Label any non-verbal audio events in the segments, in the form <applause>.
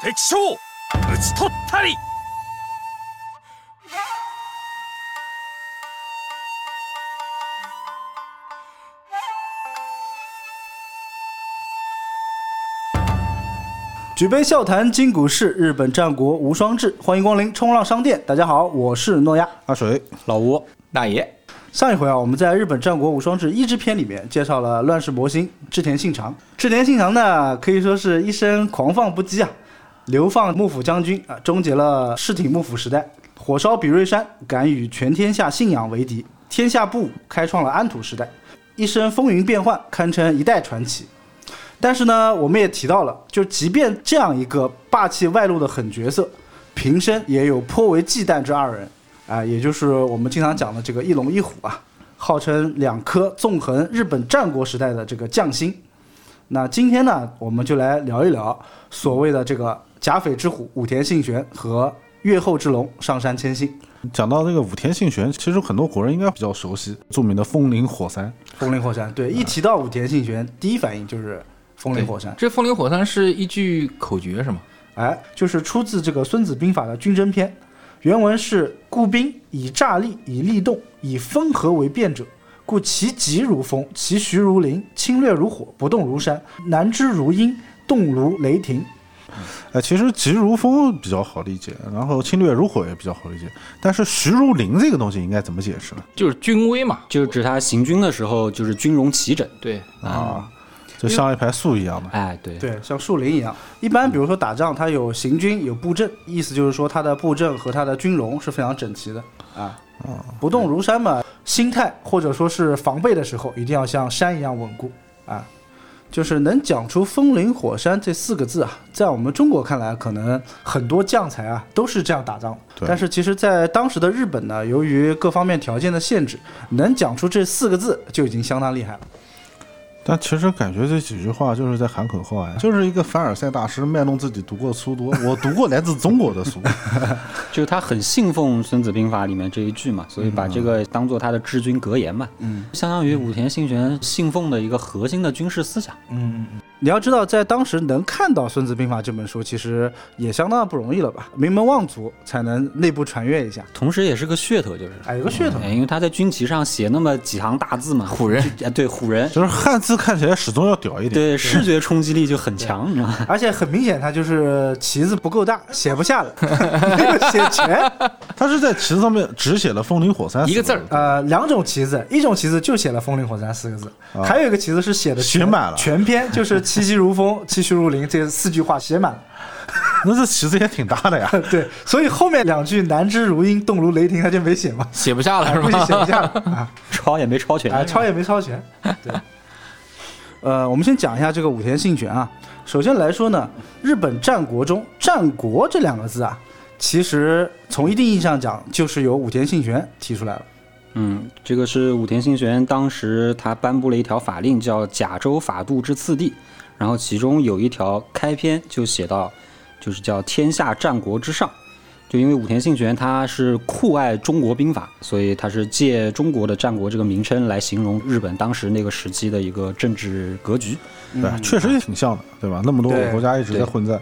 敵将討ち取ったり举杯笑谈今古事，日本战国无双志。欢迎光临冲浪商店，大家好，我是诺亚。阿水，老吴，大爷，上一回啊，我们在日本战国无双志一之篇里面介绍了乱世魔星织田信长。织田信长呢，可以说是一生狂放不羁啊，流放幕府将军啊，终结了室町幕府时代，火烧比叡山，敢与全天下信仰为敌，天下不武，开创了安土时代，一生风云变幻，堪称一代传奇。但是呢，我们也提到了，就即便这样一个霸气外露的狠角色，平生也有颇为忌惮之二人啊、也就是我们经常讲的这个一龙一虎啊，号称两颗纵横日本战国时代的这个将星。那今天呢，我们就来聊一聊所谓的这个甲斐之虎武田信玄和越后之龙上杉谦信。讲到这个武田信玄，其实很多国人应该比较熟悉，著名的风林火山。风林火山，对，一提到武田信玄，第一反应就是风林火山对。这风林火山是一句口诀是吗？哎，就是出自这个《孙子兵法》的《军争篇》，原文是：“故兵以诈立，以利动，以风和为变者，故其疾如风，其徐如林，侵略如火，不动如山，南之如鹰，动如雷霆。哎，其实疾如风比较好理解，然后侵略如火也比较好理解，但是徐如林这个东西应该怎么解释呢？就是军威嘛。就是指他行军的时候，就是军容齐整。对，啊，就像一排树一样的。哎，对，对，像树林一样。一般比如说打仗，它有行军，有布阵，意思就是说它的布阵和它的军容是非常整齐的啊。不动如山嘛，心态或者说是防备的时候，一定要像山一样稳固啊。就是能讲出“风林火山”这四个字啊，在我们中国看来，可能很多将才啊都是这样打仗的。对但是其实，在当时的日本呢，由于各方面条件的限制，能讲出这四个字就已经相当厉害了。但其实感觉这几句话就是在喊口号啊，就是一个凡尔赛大师卖弄自己读过书多，我读过来自中国的书。 <laughs> 就是他很信奉《孙子兵法》里面这一句嘛，所以把这个当做他的治军格言嘛。嗯，相当于武田信玄信奉的一个核心的军事思想。嗯你要知道，在当时能看到《孙子兵法》这本书，其实也相当不容易了吧？名门望族才能内部传阅一下，同时也是个噱头，就是。哎，有个噱头。哎因为他在军旗上写那么几行大字嘛，唬人就，哎对唬人，就是汉字看起来始终要屌一点。对视觉冲击力就很强，你知道吗？ <laughs> <laughs> 而且很明显，它就是旗子不够大，写不下来，没 <laughs> 有写全。他是在旗子上面只写了“风林火山”一个字儿四呃，两种旗子，一种旗子就写了“风林火山”四个字，还有一个旗子是哦写的写全满了全篇就是“气息如风，气徐如林”这四句话写满了。 <laughs> 那这旗子也挺大的呀。对，所以后面两句“南之如鹰，动如雷霆”他就没写 <laughs> 嘛，写不下了是估计吗？写不下 <laughs> 了啊。抄也没哎抄全，啊，抄也没抄全。对，呃，我们先讲一下这个武田信玄啊。首先来说呢，日本战国中“战国”这两个字啊，其实从一定意义上讲，就是由武田信玄提出来了。嗯，这个是武田信玄当时他颁布了一条法令，叫《甲州法度之次第》，然后其中有一条开篇就写到，就是叫“天下战国之上”。就因为武田信玄他是酷爱中国兵法，所以他是借中国的战国这个名称来形容日本当时那个时期的一个政治格局。对，确实也挺像的，对吧？那么多嗯对个国家一直在混战，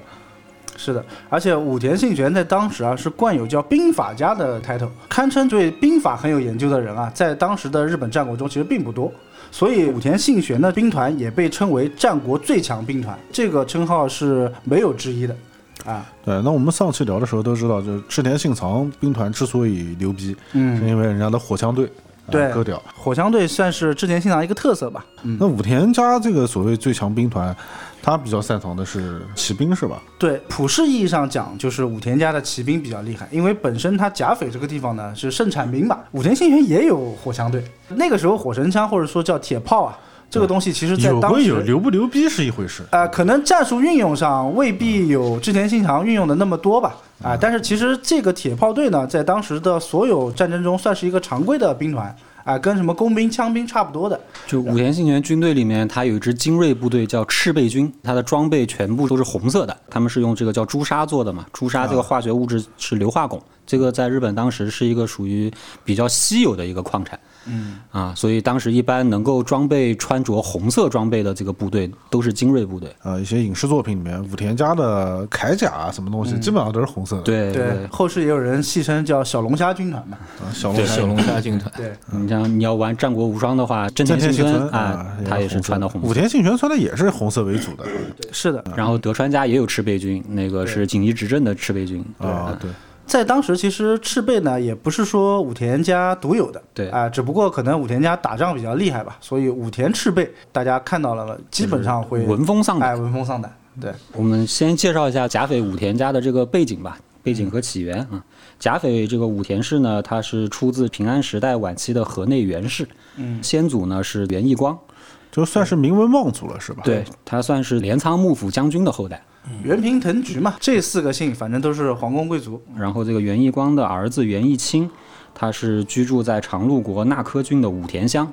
是的，而且武田信玄在当时啊是冠有叫兵法家的 title，堪称对兵法很有研究的人啊，在当时的日本战国中其实并不多，所以武田信玄的兵团也被称为战国最强兵团，这个称号是没有之一的啊。对，那我们上期聊的时候都知道，就是织田信长兵团之所以牛逼，嗯是因为人家的火枪队啊对嗯割掉。火枪队算是织田信长一个特色吧。那武田家这个所谓最强兵团，他比较擅长的是骑兵，是吧？对，普世意义上讲，就是武田家的骑兵比较厉害，因为本身它甲斐这个地方呢是盛产兵马，武田信玄也有火枪队。那个时候火神枪或者说叫铁炮啊，这个东西其实在嗯有当归有，时。牛不牛逼是一回事。呃，可能战术运用上未必有织田信长运用的那么多吧，啊、但是其实这个铁炮队呢，在当时的所有战争中算是一个常规的兵团，啊、跟什么工兵、枪兵差不多的，就武田信玄军队里面，他有一支精锐部队叫赤备军，它的装备全部都是红色的，他们是用这个叫朱砂做的嘛，朱砂这个化学物质是硫化汞，这个在日本当时是一个属于比较稀有的一个矿产，嗯，啊，所以当时一般能够装备穿着红色装备的这个部队都是精锐部队。呃，一些影视作品里面，武田家的铠甲啊，什么东西，基本上都是红色的。对嗯对，后世也有人戏称叫小龙虾军团嘛。啊，小龙对，虾小龙虾军团，对，你像你要玩《战国无双》的话，真真田田幸村啊啊，，他也是穿的红武色。田信玄穿的也是红色为主的是的，然后德川家也有赤备军，那个是锦衣执政的赤备军。啊，对，在当时其实赤背呢也不是说武田家独有的，对啊、只不过可能武田家打仗比较厉害吧，所以武田赤背大家看到了，基本上会啊闻风丧胆哎，闻风丧胆。对，我们先介绍一下甲斐武田家的这个背景吧，背景和起源啊。甲斐这个武田氏呢，它是出自平安时代晚期的河内源氏，嗯，先祖呢是源义光，就算是名门望族了，是吧？对，他算是镰仓幕府将军的后代。原平藤菊嘛，这四个姓反正都是皇宫贵族。然后这个源义光的儿子源义清，他是居住在长鹿国那珂郡的武田乡，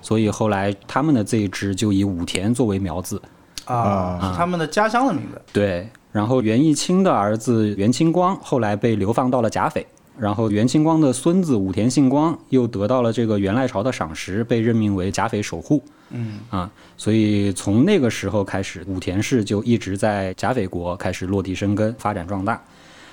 所以后来他们的这一支就以武田作为苗字。啊，是他们的家乡的名字。对，然后源义清的儿子源清光后来被流放到了甲斐，然后源清光的孙子武田信光又得到了这个源赖朝的赏识，被任命为甲斐守护。嗯，啊，所以从那个时候开始，武田氏就一直在甲斐国开始落地生根，发展壮大。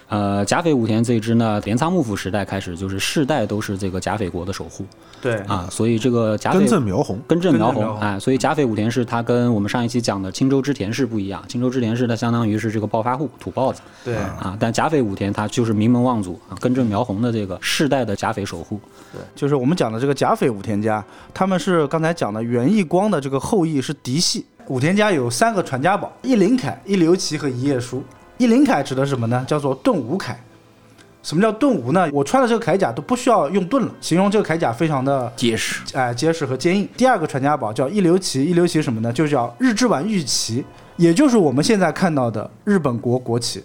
呃，甲斐武田这一支呢，镰仓幕府时代开始就是世代都是这个甲斐国的守护对，啊，所以这个甲根斐正苗红。根正苗根正苗红红啊，所以甲斐武田氏它跟我们上一期讲的青州织田氏不一样，青州织田氏它相当于是这个暴发户土包子对，啊，但甲斐武田它就是名门望族啊，根正苗红的这个世代的甲斐守护。就是我们讲的这个甲斐武田家，他们是刚才讲的源义光的这个后裔是嫡系。武田家有三个传家宝：一灵铠、一流岐和一页书。一灵铠指的是什么呢？叫做盾无铠。什么叫盾无呢？我穿的这个铠甲都不需要用盾了，形容这个铠甲非常的结实，哎、结实和坚硬。第二个传家宝叫一流旗，一流旗什么呢？就叫日之丸玉旗，也就是我们现在看到的日本国国旗。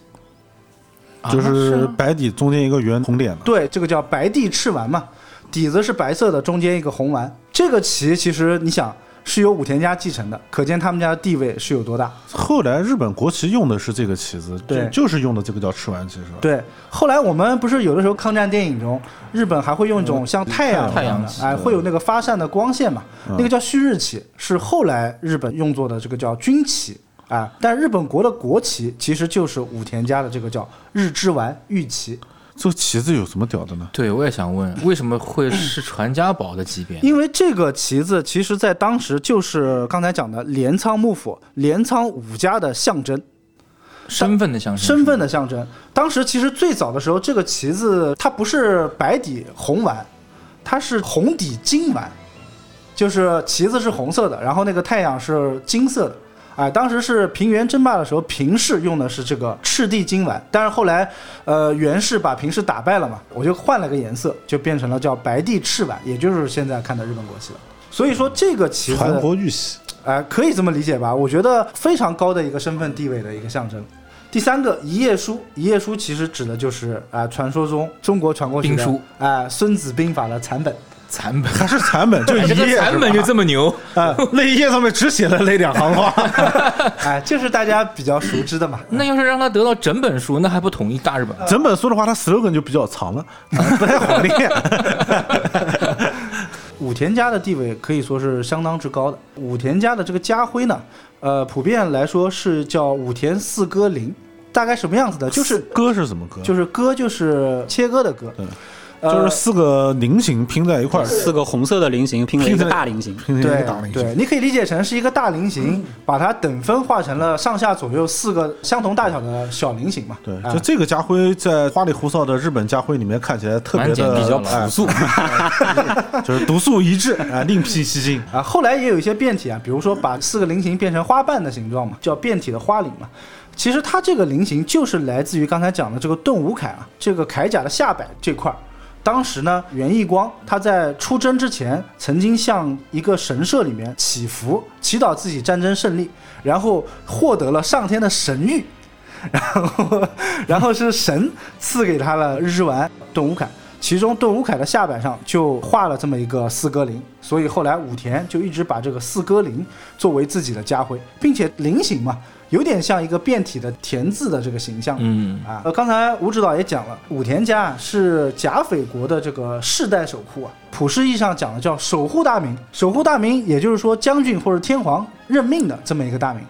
啊就是白底中间一个圆红点嘛，对，这个叫白地赤丸嘛，底子是白色的，中间一个红丸。这个旗其实你想是由武田家继承的，可见他们家的地位是有多大。后来日本国旗用的是这个旗子，对就就是用的这个叫赤丸旗，是吧？对，后来我们不是有的时候抗战电影中，日本还会用一种像太阳太一样阳的，旗哎，会有那个发散的光线嘛，那个叫旭日旗，是后来日本用作的这个叫军旗。啊，但日本国的国旗其实就是武田家的这个叫日之丸玉旗，这个旗子有什么屌的呢？对我也想问，为什么会是传家宝的级别？因为这个旗子其实在当时就是刚才讲的镰仓幕府、镰仓武家的象征，身份的象征，身份的象征。当时其实最早的时候，这个旗子它不是白底红丸，它是红底金丸，就是旗子是红色的，然后那个太阳是金色的。哎，当时是平原争霸的时候，平氏用的是这个赤地金丸，但是后来，呃，源氏把平氏打败了嘛，我就换了个颜色，就变成了叫白地赤丸，也就是现在看的日本国旗了。所以说这个旗子，传国玉玺，哎，可以这么理解吧？我觉得非常高的一个身份地位的一个象征。第三个一页书，一页书其实指的就是啊、传说中中国传过去的兵书啊、孙子兵法》的残本。残本，还哎是残本， <laughs> 就一这个页残本就这么牛， <laughs> 啊，那一页上面只写了那两行话。哎、就是大家比较熟知的嘛。那要是让他得到整本书，那还不统一大日本？整本书的话，它 slogan 就比较长了，啊不太好 <laughs> 念。武田家的地位可以说是相当之高的。武田家的这个家徽呢，呃，普遍来说是叫武田四歌铃，大概什么样子的？就是歌是什么歌？就是歌就是切割的割，呃就是四个菱形拼在一块儿，四个红色的菱形拼为一拼个成大菱形，拼成一嗯个对大菱对，形。你可以理解成是一个大菱形，把它等分化成了上下左右四个相同大小的小菱形嘛。对，啊就这个家徽在花里胡哨的日本家徽里面看起来特别蛮简的单的了哎朴素就是独树一帜啊，另辟蹊 <laughs> 径。啊，后来也有一些变体啊，比如说把四个菱形变成花瓣的形状嘛，叫变体的花翎嘛。其实它这个菱形就是来自于刚才讲的这个盾武铠啊，这个铠甲的下摆这块儿。当时呢，源义光他在出征之前，曾经向一个神社里面祈福，祈祷自己战争胜利，然后获得了上天的神谕，然后然后是神赐给他了日之丸盾武铠，其中盾武铠的下板上就画了这么一个四哥铃，所以后来武田就一直把这个四哥铃作为自己的家徽，并且菱形嘛，有点像一个变体的田字的这个形象。嗯，啊，呃，刚才吴指导也讲了，武田家啊是甲斐国的这个世代守护啊，普世意义上讲的叫守护大名，守护大名，也就是说将军或者天皇任命的这么一个大名。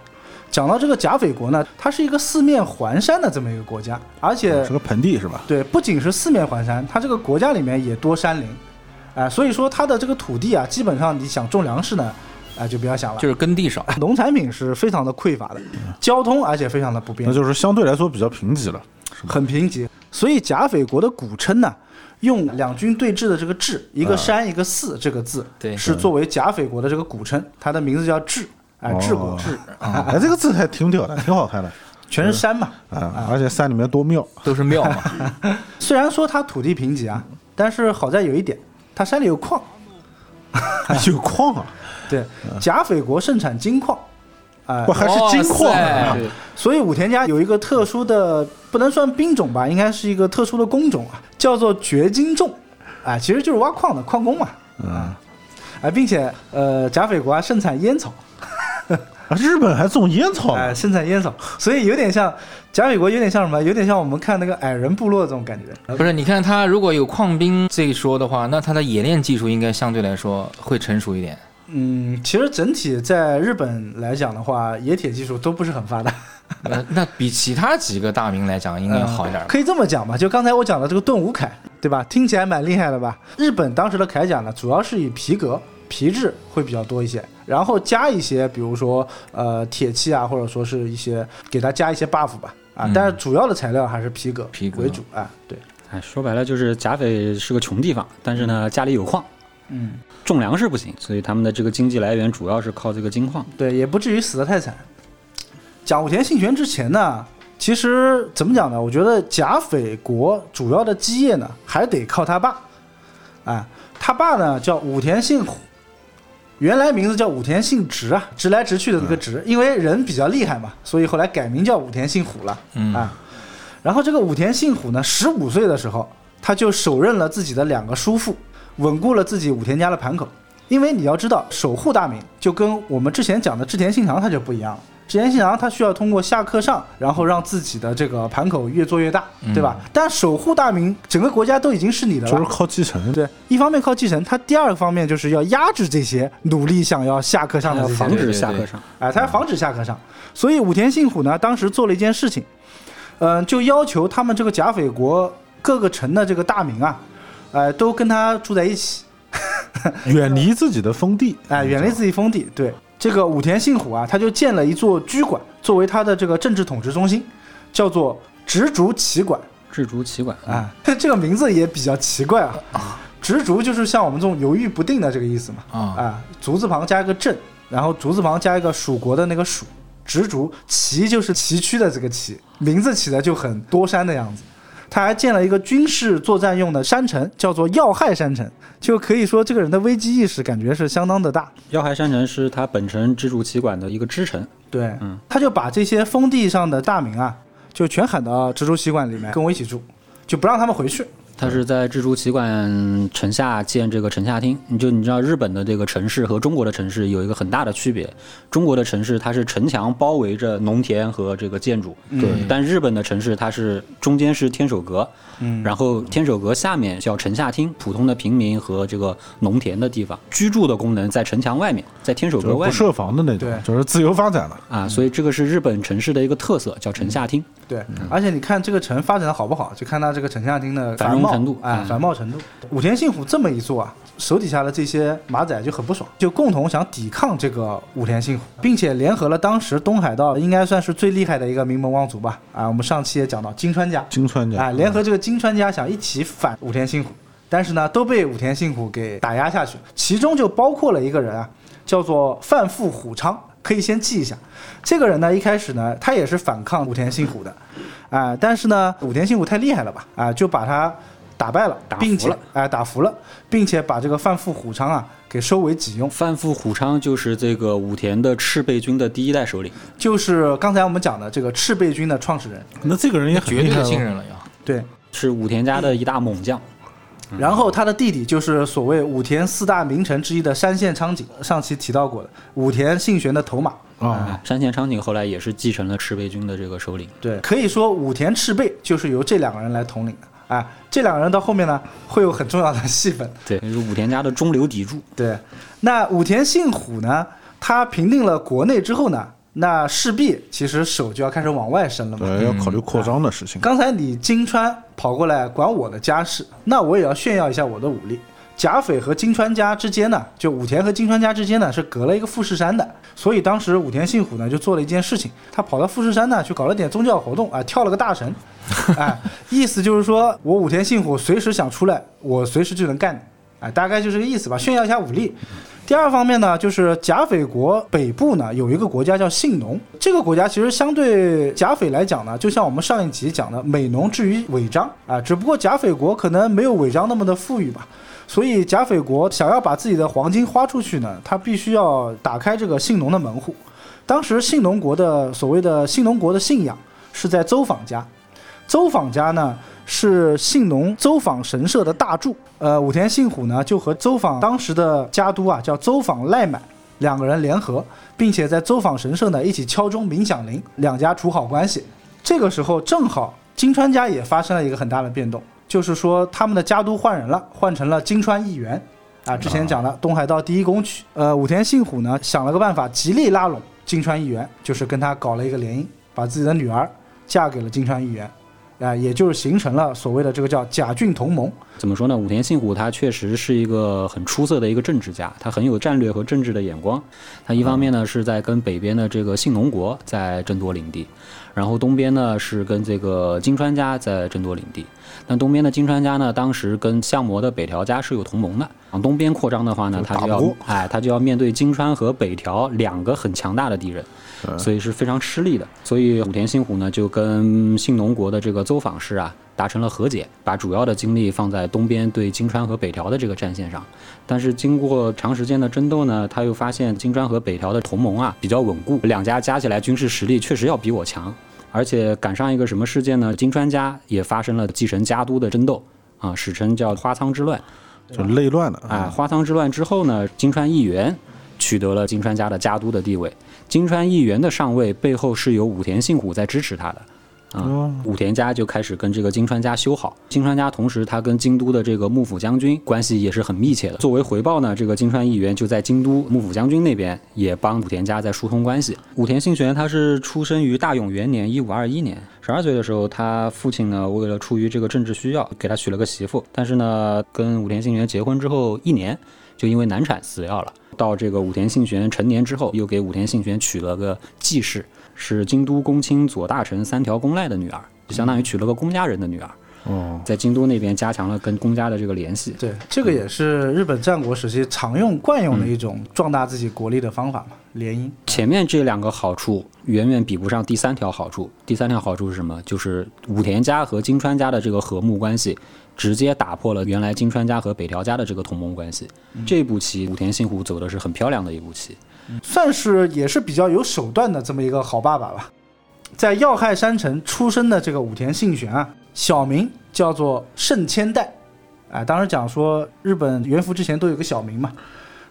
讲到这个甲斐国呢，它是一个四面环山的这么一个国家，而且嗯是个盆地是吧？对，不仅是四面环山，它这个国家里面也多山林，哎、所以说它的这个土地啊，基本上你想种粮食呢，啊、就不要想了，就是耕地少，农产品是非常的匮乏的，交通而且非常的不便那，就是相对来说比较贫瘠了。很贫瘠。所以甲斐国的古称呢，用两军对峙的这个“峙”，一个山一个寺这个字，对是作为甲斐国的这个古称，它的名字叫“峙”，哎，哦治国治，啊，哎，这个字还挺屌的，挺好看的全是山嘛。啊！而且山里面多 <laughs> 庙，都是庙嘛。虽然说它土地贫瘠啊，但是好在有一点，它山里有矿。有矿啊，对，甲斐国盛产金矿，哎不，还是金矿哇啊塞所以武田家有一个特殊的，不能算兵种吧，应该是一个特殊的工种啊，叫做掘金种，啊，其实就是挖矿的矿工嘛，啊，啊，并且呃，甲斐国啊盛产烟草，啊！日本还种烟草哎、呢，盛产烟草，所以有点像甲斐国，有点像什么？有点像我们看那个矮人部落这种感觉。不是，你看他如果有矿兵这一说的话，那他的冶炼技术应该相对来说会成熟一点。嗯，其实整体在日本来讲的话，冶铁技术都不是很发达。那那比其他几个大名来讲应该好一点吧。嗯可以这么讲吧，就刚才我讲的这个盾武铠，对吧？听起来蛮厉害的吧？日本当时的铠甲呢，主要是以皮革、皮质会比较多一些，然后加一些，比如说呃铁器啊，或者说是一些给它加一些 buff 吧，啊，但是主要的材料还是皮革皮革为主啊，对，哎，说白了就是甲斐是个穷地方，但是呢家里有矿，嗯，种粮食不行，所以他们的这个经济来源主要是靠这个金矿。对，也不至于死得太惨。讲武田信玄之前呢，其实怎么讲呢？我觉得甲斐国主要的基业呢，还得靠他爸。啊，他爸呢叫武田信虎，原来名字叫武田信直啊，直来直去的那个嗯直，因为人比较厉害嘛，所以后来改名叫武田信虎了。嗯啊，然后这个武田信虎呢，十五岁的时候，他就手刃了自己的两个叔父，稳固了自己武田家的盘口。因为你要知道，守护大名就跟我们之前讲的织田信长他就不一样了。织田信长他需要通过下课上，然后让自己的这个盘口越做越大，对吧？但守护大名，整个国家都已经是你的嗯了，就是靠继承。对，一方面靠继承，他第二个方面就是要压制这些努力想要下课上的啊这些防人，止下课上。哎，他要防止下课上。所以武田信虎呢，当时做了一件事情，嗯、就要求他们这个甲斐国各个城的这个大名啊，哎、都跟他住在一起，远离自己的封地，哎、远离自己封地。对，这个武田信虎啊，他就建了一座居馆，作为他的这个政治统治中心，叫做直竹旗馆。置竹旗馆，啊， <laughs> 这个名字也比较奇怪啊。执竹就是像我们这种犹豫不定的这个意思嘛。啊啊，竹字旁加一个正，然后竹字旁加一个蜀国的那个蜀，执竹崎就是崎岖的这个崎，名字起的就很多山的样子。他还建了一个军事作战用的山城，叫做要害山城，就可以说这个人的危机意识感觉是相当的大。要害山城是他本城置竹旗馆的一个支城。对，他就把这些封地上的大名啊，就全喊到蜘蛛吸馆里面跟我一起住，就不让他们回去。他是在置竹旗馆城下建这个城下町。你就你知道日本的这个城市和中国的城市有一个很大的区别，中国的城市它是城墙包围着农田和这个建筑，嗯对、但日本的城市它是中间是天守阁，嗯，然后天守阁下面叫城下町，普通的平民和这个农田的地方居住的功能在城墙外面，在天守就是阁外不面。设防的那对种，就是自由发展了。啊，所以这个是日本城市的一个特色，叫城下町。嗯对，嗯而且你看这个城发展的好不好，就看它这个城下町的繁繁荣茂程度哎，嗯繁茂程度。武田信虎这么一做啊，手底下的这些马仔就很不爽，就共同想抵抗这个武田信虎，并且联合了当时东海道应该算是最厉害的一个名门望族吧。啊，我们上期也讲到金川家，金川家哎，联合这个金川家想一起反武田信虎，但是呢，都被武田信虎给打压下去，其中就包括了一个人啊，叫做范富虎昌，可以先记一下。这个人呢，一开始呢，他也是反抗武田信虎的，啊、但是呢，武田信虎太厉害了吧，啊、就把他打败了，打服并且了哎、打服了，并且把这个范富虎昌啊给收为己用，范富虎昌就是这个武田的赤备军的第一代首领，就是刚才我们讲的这个赤备军的创始人，那这个人也很绝厉对害哦的了，信任了要。对。是武田家的一大猛将。然后他的弟弟就是所谓武田四大名臣之一的山县昌景，上期提到过的武田信玄的头马啊，啊，山前昌景后来也是继承了赤备军的这个首领。对，可以说武田赤备就是由这两个人来统领的。啊，这两个人到后面呢会有很重要的戏份。对，就是武田家的中流砥柱。对，那武田信虎呢，他平定了国内之后呢，那势必其实手就要开始往外伸了嘛。对，要考虑嗯扩张的事情。刚才你金川跑过来管我的家事，那我也要炫耀一下我的武力。甲斐和金川家之间呢，就武田和金川家之间呢是隔了一个富士山的，所以当时武田信虎呢就做了一件事情，他跑到富士山呢去搞了点宗教活动啊，跳了个大神， <laughs> 哎，意思就是说我武田信虎随时想出来，我随时就能干你，哎，大概就是这个意思吧，炫耀一下武力。第二方面呢，就是甲斐国北部呢有一个国家叫信浓，这个国家其实相对甲斐来讲呢，就像我们上一集讲的美浓至于尾张啊，只不过甲斐国可能没有尾张那么的富裕吧。所以甲斐国想要把自己的黄金花出去呢，他必须要打开这个信浓的门户。当时信浓国的所谓的信浓国的信仰是在邹访家，邹访家呢是信浓邹访神社的大柱。呃，武田信虎呢就和邹访当时的家督啊叫邹访赖满两个人联合，并且在邹访神社呢一起敲钟鸣响铃，两家处好关系。这个时候正好金川家也发生了一个很大的变动，就是说他们的家督换人了，换成了金川议员。啊，之前讲了东海道第一公举，呃，武田信虎呢想了个办法，极力拉拢金川议员，就是跟他搞了一个联姻，把自己的女儿嫁给了金川议员，啊、也就是形成了所谓的这个叫甲郡同盟。怎么说呢？武田信虎他确实是一个很出色的一个政治家，他很有战略和政治的眼光。他一方面呢是在跟北边的这个信浓国在争夺领地，然后东边呢是跟这个金川家在争夺领地。但东边的金川家呢，当时跟相模的北条家是有同盟的。往东边扩张的话呢，他就打不要过哎，他就要面对金川和北条两个很强大的敌人。嗯所以是非常吃力的。所以武田信虎呢，就跟信浓国的这个邹访氏啊达成了和解，把主要的精力放在东边对金川和北条的这个战线上。但是经过长时间的争斗呢，他又发现金川和北条的同盟啊比较稳固，两家加起来军事实力确实要比我强。而且赶上一个什么事件呢？金川家也发生了继承家督的争斗啊，史称叫花仓之乱。就内乱了啊，，花仓之乱之后呢，金川义元取得了金川家的家督的地位。金川义元的上位背后是有武田信虎在支持他的。啊，武田家就开始跟这个金川家修好。金川家同时，他跟京都的这个幕府将军关系也是很密切的。作为回报呢，这个金川义元就在京都幕府将军那边也帮武田家在疏通关系。武田信玄他是出生于大永元年一五二一年，十二岁的时候，他父亲呢为了出于这个政治需要，给他娶了个媳妇。但是呢，跟武田信玄结婚之后一年，就因为难产死掉了。到这个武田信玄成年之后，又给武田信玄娶了个继室，是京都公卿左大臣三条公赖的女儿，就相当于娶了个公家人的女儿，哦，在京都那边加强了跟公家的这个联系。对，这个也是日本战国时期常用惯用的一种壮大自己国力的方法嘛，联姻。前面这两个好处远远比不上第三条好处。第三条好处是什么？就是武田家和金川家的这个和睦关系，直接打破了原来金川家和北条家的这个同盟关系。这步棋，武田信虎走的是很漂亮的一步棋。算是也是比较有手段的这么一个好爸爸吧。在要害山城出生的这个武田信玄啊，小名叫做胜千代，啊，当时讲说日本元服之前都有个小名嘛，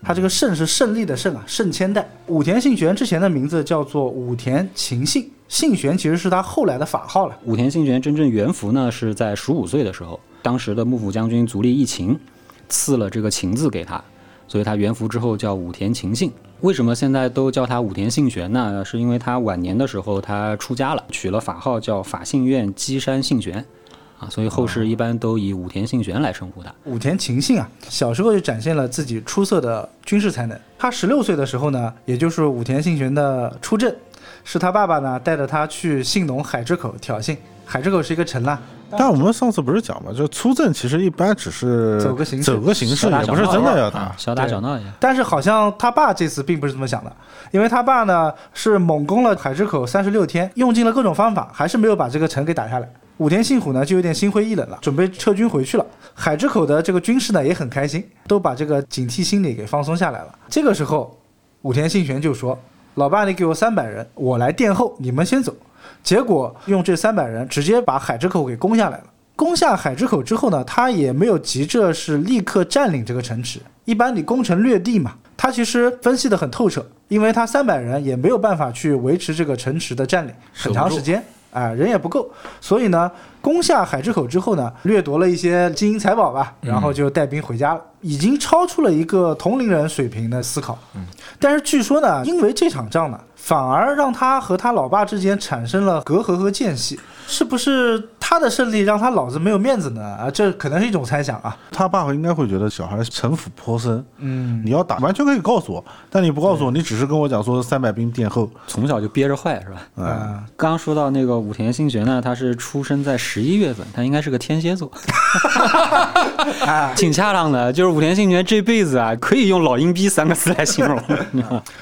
他这个胜是胜利的胜啊，胜千代。武田信玄之前的名字叫做武田晴信，信玄其实是他后来的法号了。武田信玄真正元服呢，是在十五岁的时候，当时的幕府将军足利义晴赐了这个“晴”字给他，所以他元服之后叫武田晴信。为什么现在都叫他武田信玄呢？是因为他晚年的时候他出家了，取了法号叫法信院基山信玄，啊，所以后世一般都以武田信玄来称呼他。武田晴信啊，小时候就展现了自己出色的军事才能。他十六岁的时候呢，也就是武田信玄的出阵，是他爸爸呢带着他去信浓海之口挑衅。海之口是一个城啦，但我们上次不是讲嘛，就粗阵其实一般只是走个形式走个形式，小打也小不是闹真的要啊打，。小打小闹一下。但是好像他爸这次并不是这么想的，因为他爸呢是猛攻了海之口三十六天，用尽了各种方法，还是没有把这个城给打下来。武田信虎呢就有点心灰意冷了，准备撤军回去了。海之口的这个军士呢也很开心，都把这个警惕心理给放松下来了。这个时候，武田信玄就说：“老爸，你给我三百人，我来殿后，你们先走。”结果用这三百人直接把海之口给攻下来了。攻下海之口之后呢，他也没有急着是立刻占领这个城池，一般你攻城略地嘛。他其实分析的很透彻，因为他三百人也没有办法去维持这个城池的占领很长时间啊、人也不够，所以呢，攻下海之口之后呢，掠夺了一些金银财宝吧，然后就带兵回家了，已经超出了一个同龄人水平的思考。但是据说呢，因为这场仗呢，反而让他和他老爸之间产生了隔阂和间隙。是不是他的胜利让他老子没有面子呢？啊，这可能是一种猜想啊。他爸应该会觉得小孩城府颇深，嗯，你要打完全可以告诉我，但你不告诉我，你只是跟我讲说三百兵殿后，从小就憋着坏是吧？啊、刚刚说到那个武田信玄呢，他是出生在十一月份，他应该是个天 <laughs> 蝎座，啊挺恰当的。就是武田信玄这辈子啊，可以用老阴逼三个字来形 <laughs> 容。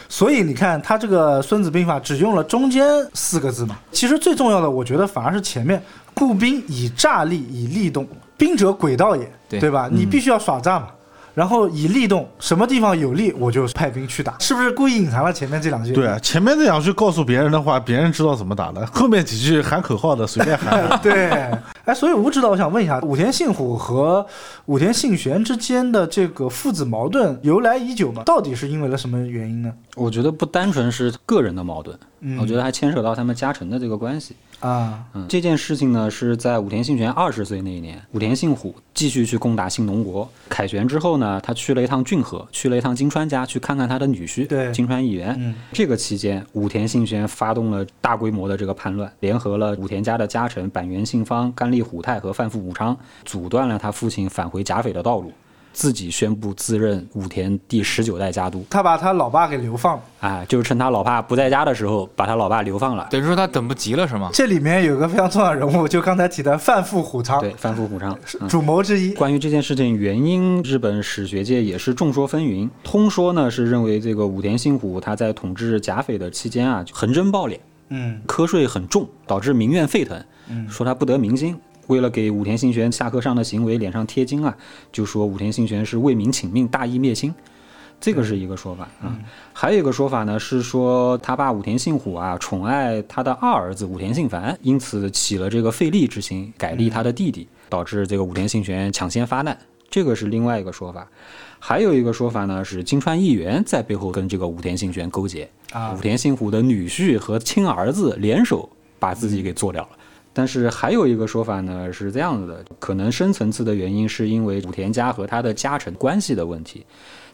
所以你看他这个《孙子兵法》只用了中间四个字嘛。其实最重要的，我觉得反而是前面“故兵以诈立，以利动。兵者，诡道也”，对吧？你必须要耍诈嘛。然后以利动，什么地方有利，我就派兵去打，是不是故意隐藏了前面这两句？。对，啊前面那两句告诉别人的话，别人知道怎么打了，后面几句喊口号的随便喊 <laughs> 对，哎，所以吴指导，我想问一下，武田信虎和武田信玄之间的这个父子矛盾由来已久嘛，到底是因为了什么原因呢？我觉得不单纯是个人的矛盾，嗯我觉得还牵扯到他们家臣的这个关系。啊，嗯，这件事情呢是在武田信玄二十岁那一年，武田信虎继续去攻打信浓国。凯旋之后呢，他去了一趟骏河，去了一趟金川家去看看他的女婿，对金川义元。嗯这个期间，武田信玄发动了大规模的这个叛乱，联合了武田家的家臣板垣信方、甘利虎太和范富武昌，阻断了他父亲返回甲斐的道路，自己宣布自任武田第十九代家督。他把他老爸给流放了，啊，就是趁他老爸不在家的时候，把他老爸流放了。等于说他等不及了是吗？。这里面有个非常重要的人物，就刚才提的范富虎昌，对，反腐补偿。是主谋之一。关于这件事情原因，日本史学界也是众说纷纭。通说呢是认为这个武田信虎他在统治甲斐的期间啊，就横征暴敛，嗯苛税很重，导致民怨沸腾，说他不得民心。为了给武田信玄下课上的行为脸上贴金啊，就说武田信玄是为民请命，大义灭亲，这个是一个说法啊。还有一个说法呢是说他爸武田信虎啊宠爱他的二儿子武田信繁，因此起了这个废立之心，改立他的弟弟，导致这个武田信玄抢先发难，这个是另外一个说法。还有一个说法呢是金川义元在背后跟这个武田信玄勾结，啊武田信虎的女婿和亲儿子联手把自己给做掉了。但是还有一个说法呢，是这样子的，可能深层次的原因是因为武田家和他的家臣关系的问题。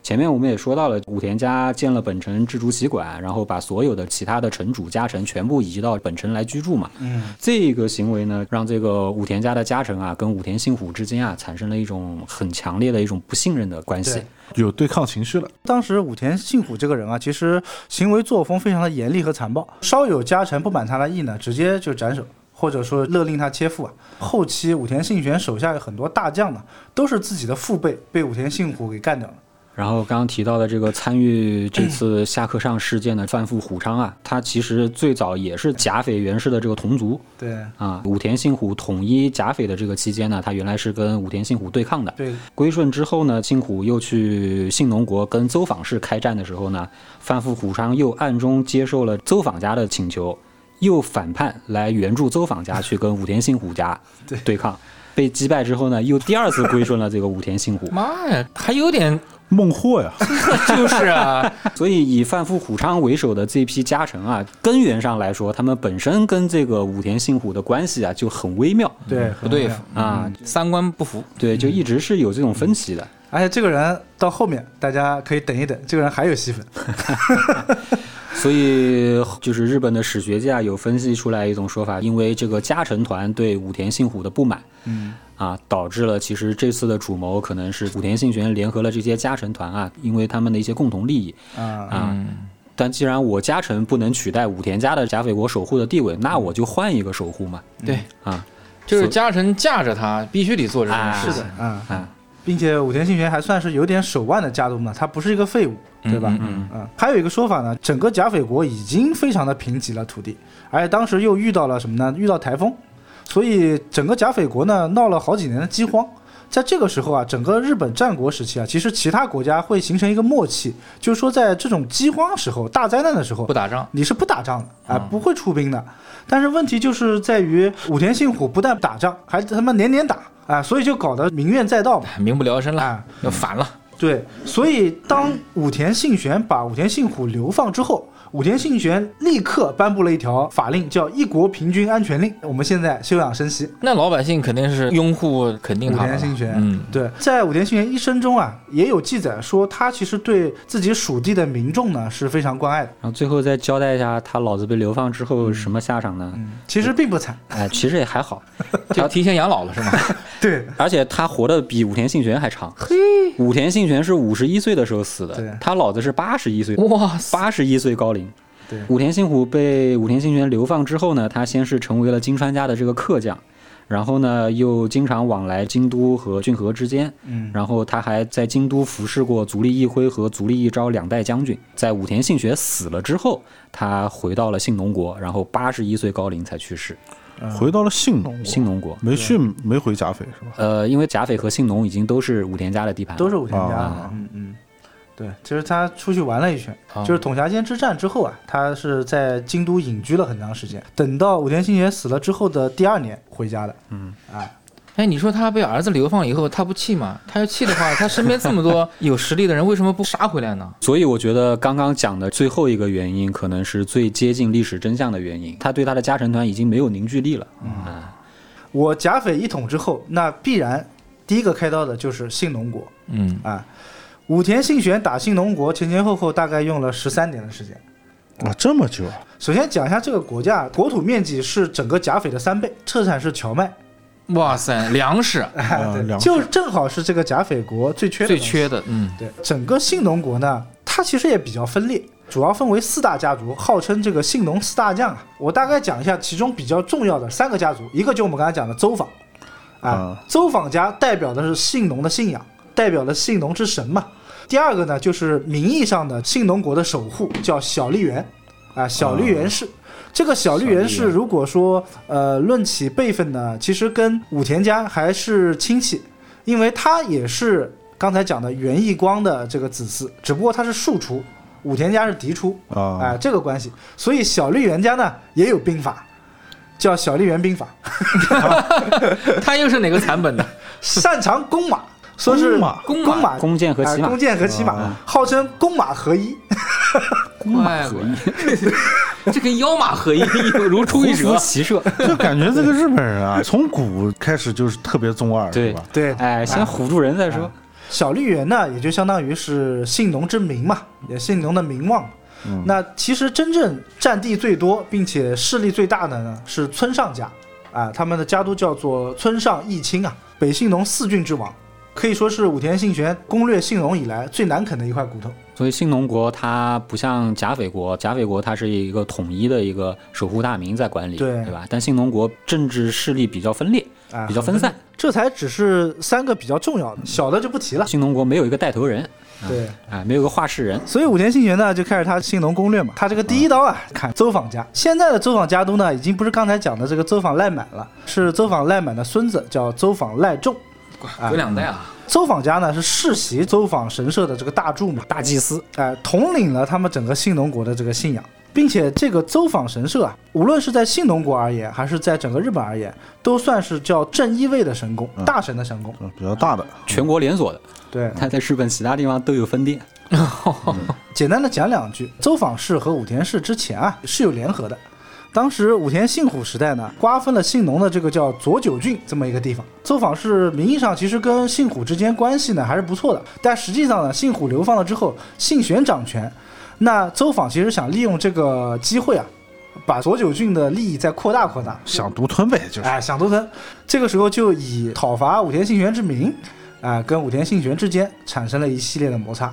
前面我们也说到了，武田家建了本城制竹旗馆，然后把所有的其他的城主家臣全部移到本城来居住嘛。嗯，这个行为呢，让这个武田家的家臣啊，跟武田信虎之间啊，产生了一种很强烈的一种不信任的关系对。有对抗情绪了，当时武田信虎这个人啊，其实行为作风非常的严厉和残暴，稍有家臣不满他的意呢，直接就斩首，或者说勒令他切腹啊。后期武田信玄手下有很多大将呢，都是自己的父辈被武田信虎给干掉了。然后刚刚提到的这个参与这次下课上事件的范富虎昌嗯啊，他其实最早也是甲斐源氏的这个同族对啊。武田信虎统一甲斐的这个期间呢，他原来是跟武田信虎对抗的。对，归顺之后呢，信虎又去信浓国跟邹访氏开战的时候呢，范富虎昌又暗中接受了邹访家的请求，又反叛来援助邹访家去跟武田信虎家对对抗。被击败之后呢，又第二次归顺了这个武田信虎妈呀，还有 <laughs> 点孟获呀，嗯就是啊，所以以范富虎昌为首的这批家臣啊，根源上来说，他们本身跟这个武田信虎的关系啊就很微妙对，嗯不很对重付要啊，三观不符。对，就一直是有这种分歧的。而且这个人到后面，大家可以等一等，这个人还有戏份。所以就是日本的史学家有分析出来一种说法，因为这个家臣团对武田信虎的不满，嗯，啊，导致了其实这次的主谋可能是武田信玄联合了这些家臣团啊，因为他们的一些共同利益啊、啊。但既然我家臣不能取代武田家的甲斐国守护的地位，那我就换一个守护嘛。对，啊，就是家臣架着他，必须得做这件事啊情。是的啊、啊，并且武田信玄还算是有点手腕的家督呢，他不是一个废物，对吧？嗯嗯还有一个说法呢，整个甲斐国已经非常的贫瘠了土地，而且当时又遇到了什么呢？遇到台风，所以整个甲斐国呢闹了好几年的饥荒。在这个时候啊，整个日本战国时期啊，其实其他国家会形成一个默契，就是说在这种饥荒时候、大灾难的时候不，打仗，你是不打仗的啊，不会出兵的。但是问题就是在于武田信虎不但不打仗，还他妈年年打啊，所以就搞得民怨载道嘛。哎民不聊生了，啊，要反了。对，所以当武田信玄把武田信虎流放之后，武田信玄立刻颁布了一条法令，叫《一国平均安全令》。我们现在休养生息。那老百姓肯定是拥护肯定武他们田了，信玄，嗯，对，在武田信玄一生中啊，也有记载说他其实对自己属地的民众呢是非常关爱的，然后最后再交代一下他老子被流放之后什么下场呢？其实并不惨。哎，其实也还好，就提前养老了是吗？对，而且他活得比武田信玄还长。嘿，武田信玄是五十一岁的时候死对的，他老子是八十一岁，哇塞，八十一岁高龄。对武田信虎被武田信玄流放之后呢，他先是成为了金川家的这个客将，然后呢又经常往来京都和骏河之间，嗯，然后他还在京都服侍过足利义辉和足利义昭两代将军。在武田信玄死了之后，他回到了信浓国，然后八十一岁高龄才去世。回到了信哦浓嗯国，信浓国，没去没回甲斐是吧？呃，因为甲斐和信浓已经都是武田家的地哎盘了，都是武田家的啊，嗯嗯。对，其实他出去玩了一圈，啊就是统辖间之战之后啊，他是在京都隐居了很长时间。等到武田信玄死了之后的第二年回家的，嗯啊，哎，你说他被儿子流放以后，他不气吗？他要气的话，他身边这么 <laughs> 多有实力的人，为什么不杀回来呢？所以我觉得刚刚讲的最后一个原因，可能是最接近历史真相的原因。他对他的家臣团已经没有凝聚力了。啊，我甲斐一统之后，那必然第一个开刀的就是信浓国嗯，啊。武田信玄打信浓国前前后后大概用了十三年的时间。啊，这么久啊，首先讲一下这个国家，国土面积是整个甲斐的三倍，特产是荞麦，哇塞，粮食啊 <laughs> 对两就正好是这个甲斐国最缺的最东西缺的， <laughs> 嗯，对，整个信浓国呢，它其实也比较分裂，主要分为四大家族，号称这个信浓四大将啊。我大概讲一下其中比较重要的三个家族，一个就我们刚才讲的邹访，啊啊，邹访家代表的是信浓的信仰，代表了信浓之神嘛。第二个呢，就是名义上的信浓国的守护，叫小笠原，啊，小笠原氏。这个小笠原氏，如果说呃论起辈分呢，其实跟武田家还是亲戚，因为他也是刚才讲的源义光的这个子嗣，只不过他是庶出，武田家是嫡出，哎、啊，这个关系。所以小笠原家呢也有兵法，叫小笠原 <laughs> 兵法，他又是哪个残本的？擅长弓马，说是弓马弓马弓马弓箭和啊骑马，弓箭和骑马，号称弓马合一。快合滚！这跟妖马合一， <laughs> 如出一辙胡。服骑射。 <laughs> 就感觉这个日本人啊，从古开始就是特别中二，对是吧？对，哎，先唬住人再说。小笠原呢，也就相当于是信浓之名嘛，也信浓的名望嘛。嗯那其实真正占地最多并且势力最大的呢是村上家，啊，他们的家督叫做村上义清啊，北信浓四郡之王，可以说是武田信玄攻略信浓以来最难啃的一块骨头。所以信浓国它不像甲斐国，甲斐国它是一个统一的一个守护大名在管理，对对吧？但信浓国政治势力比较分裂，啊，比较分散。这才只是三个比较重要的，小的就不提了。信浓国没有一个带头人，对，哎，没有个话事人。所以武田信玄呢就开始他信浓攻略嘛，他这个第一刀啊砍邹访家。现在的邹访家督呢，已经不是刚才讲的这个邹访赖满了，是邹访赖满的孙子，叫邹访赖仲。隔两代啊，邹访家呢是世袭邹访神社的这个大柱嘛，大祭司哎、统领了他们整个信浓国的这个信仰，并且这个邹访神社啊，无论是在信浓国而言，还是在整个日本而言，都算是叫正一位的神宫，大神的神宫。嗯，比较大的，全国连锁的，对，它在日本其他地方都有分店。简单的讲两句，邹访氏和武田氏之前啊是有联合的。当时武田信虎时代呢，瓜分了信浓的这个叫佐久郡这么一个地方。邹访氏名义上其实跟信虎之间关系呢还是不错的，但实际上呢，信虎流放了之后，信玄掌权，那邹访其实想利用这个机会啊，把佐久郡的利益再扩大扩大。想独吞呗，就是哎，想独吞。这个时候就以讨伐武田信玄之名，啊、跟武田信玄之间产生了一系列的摩擦。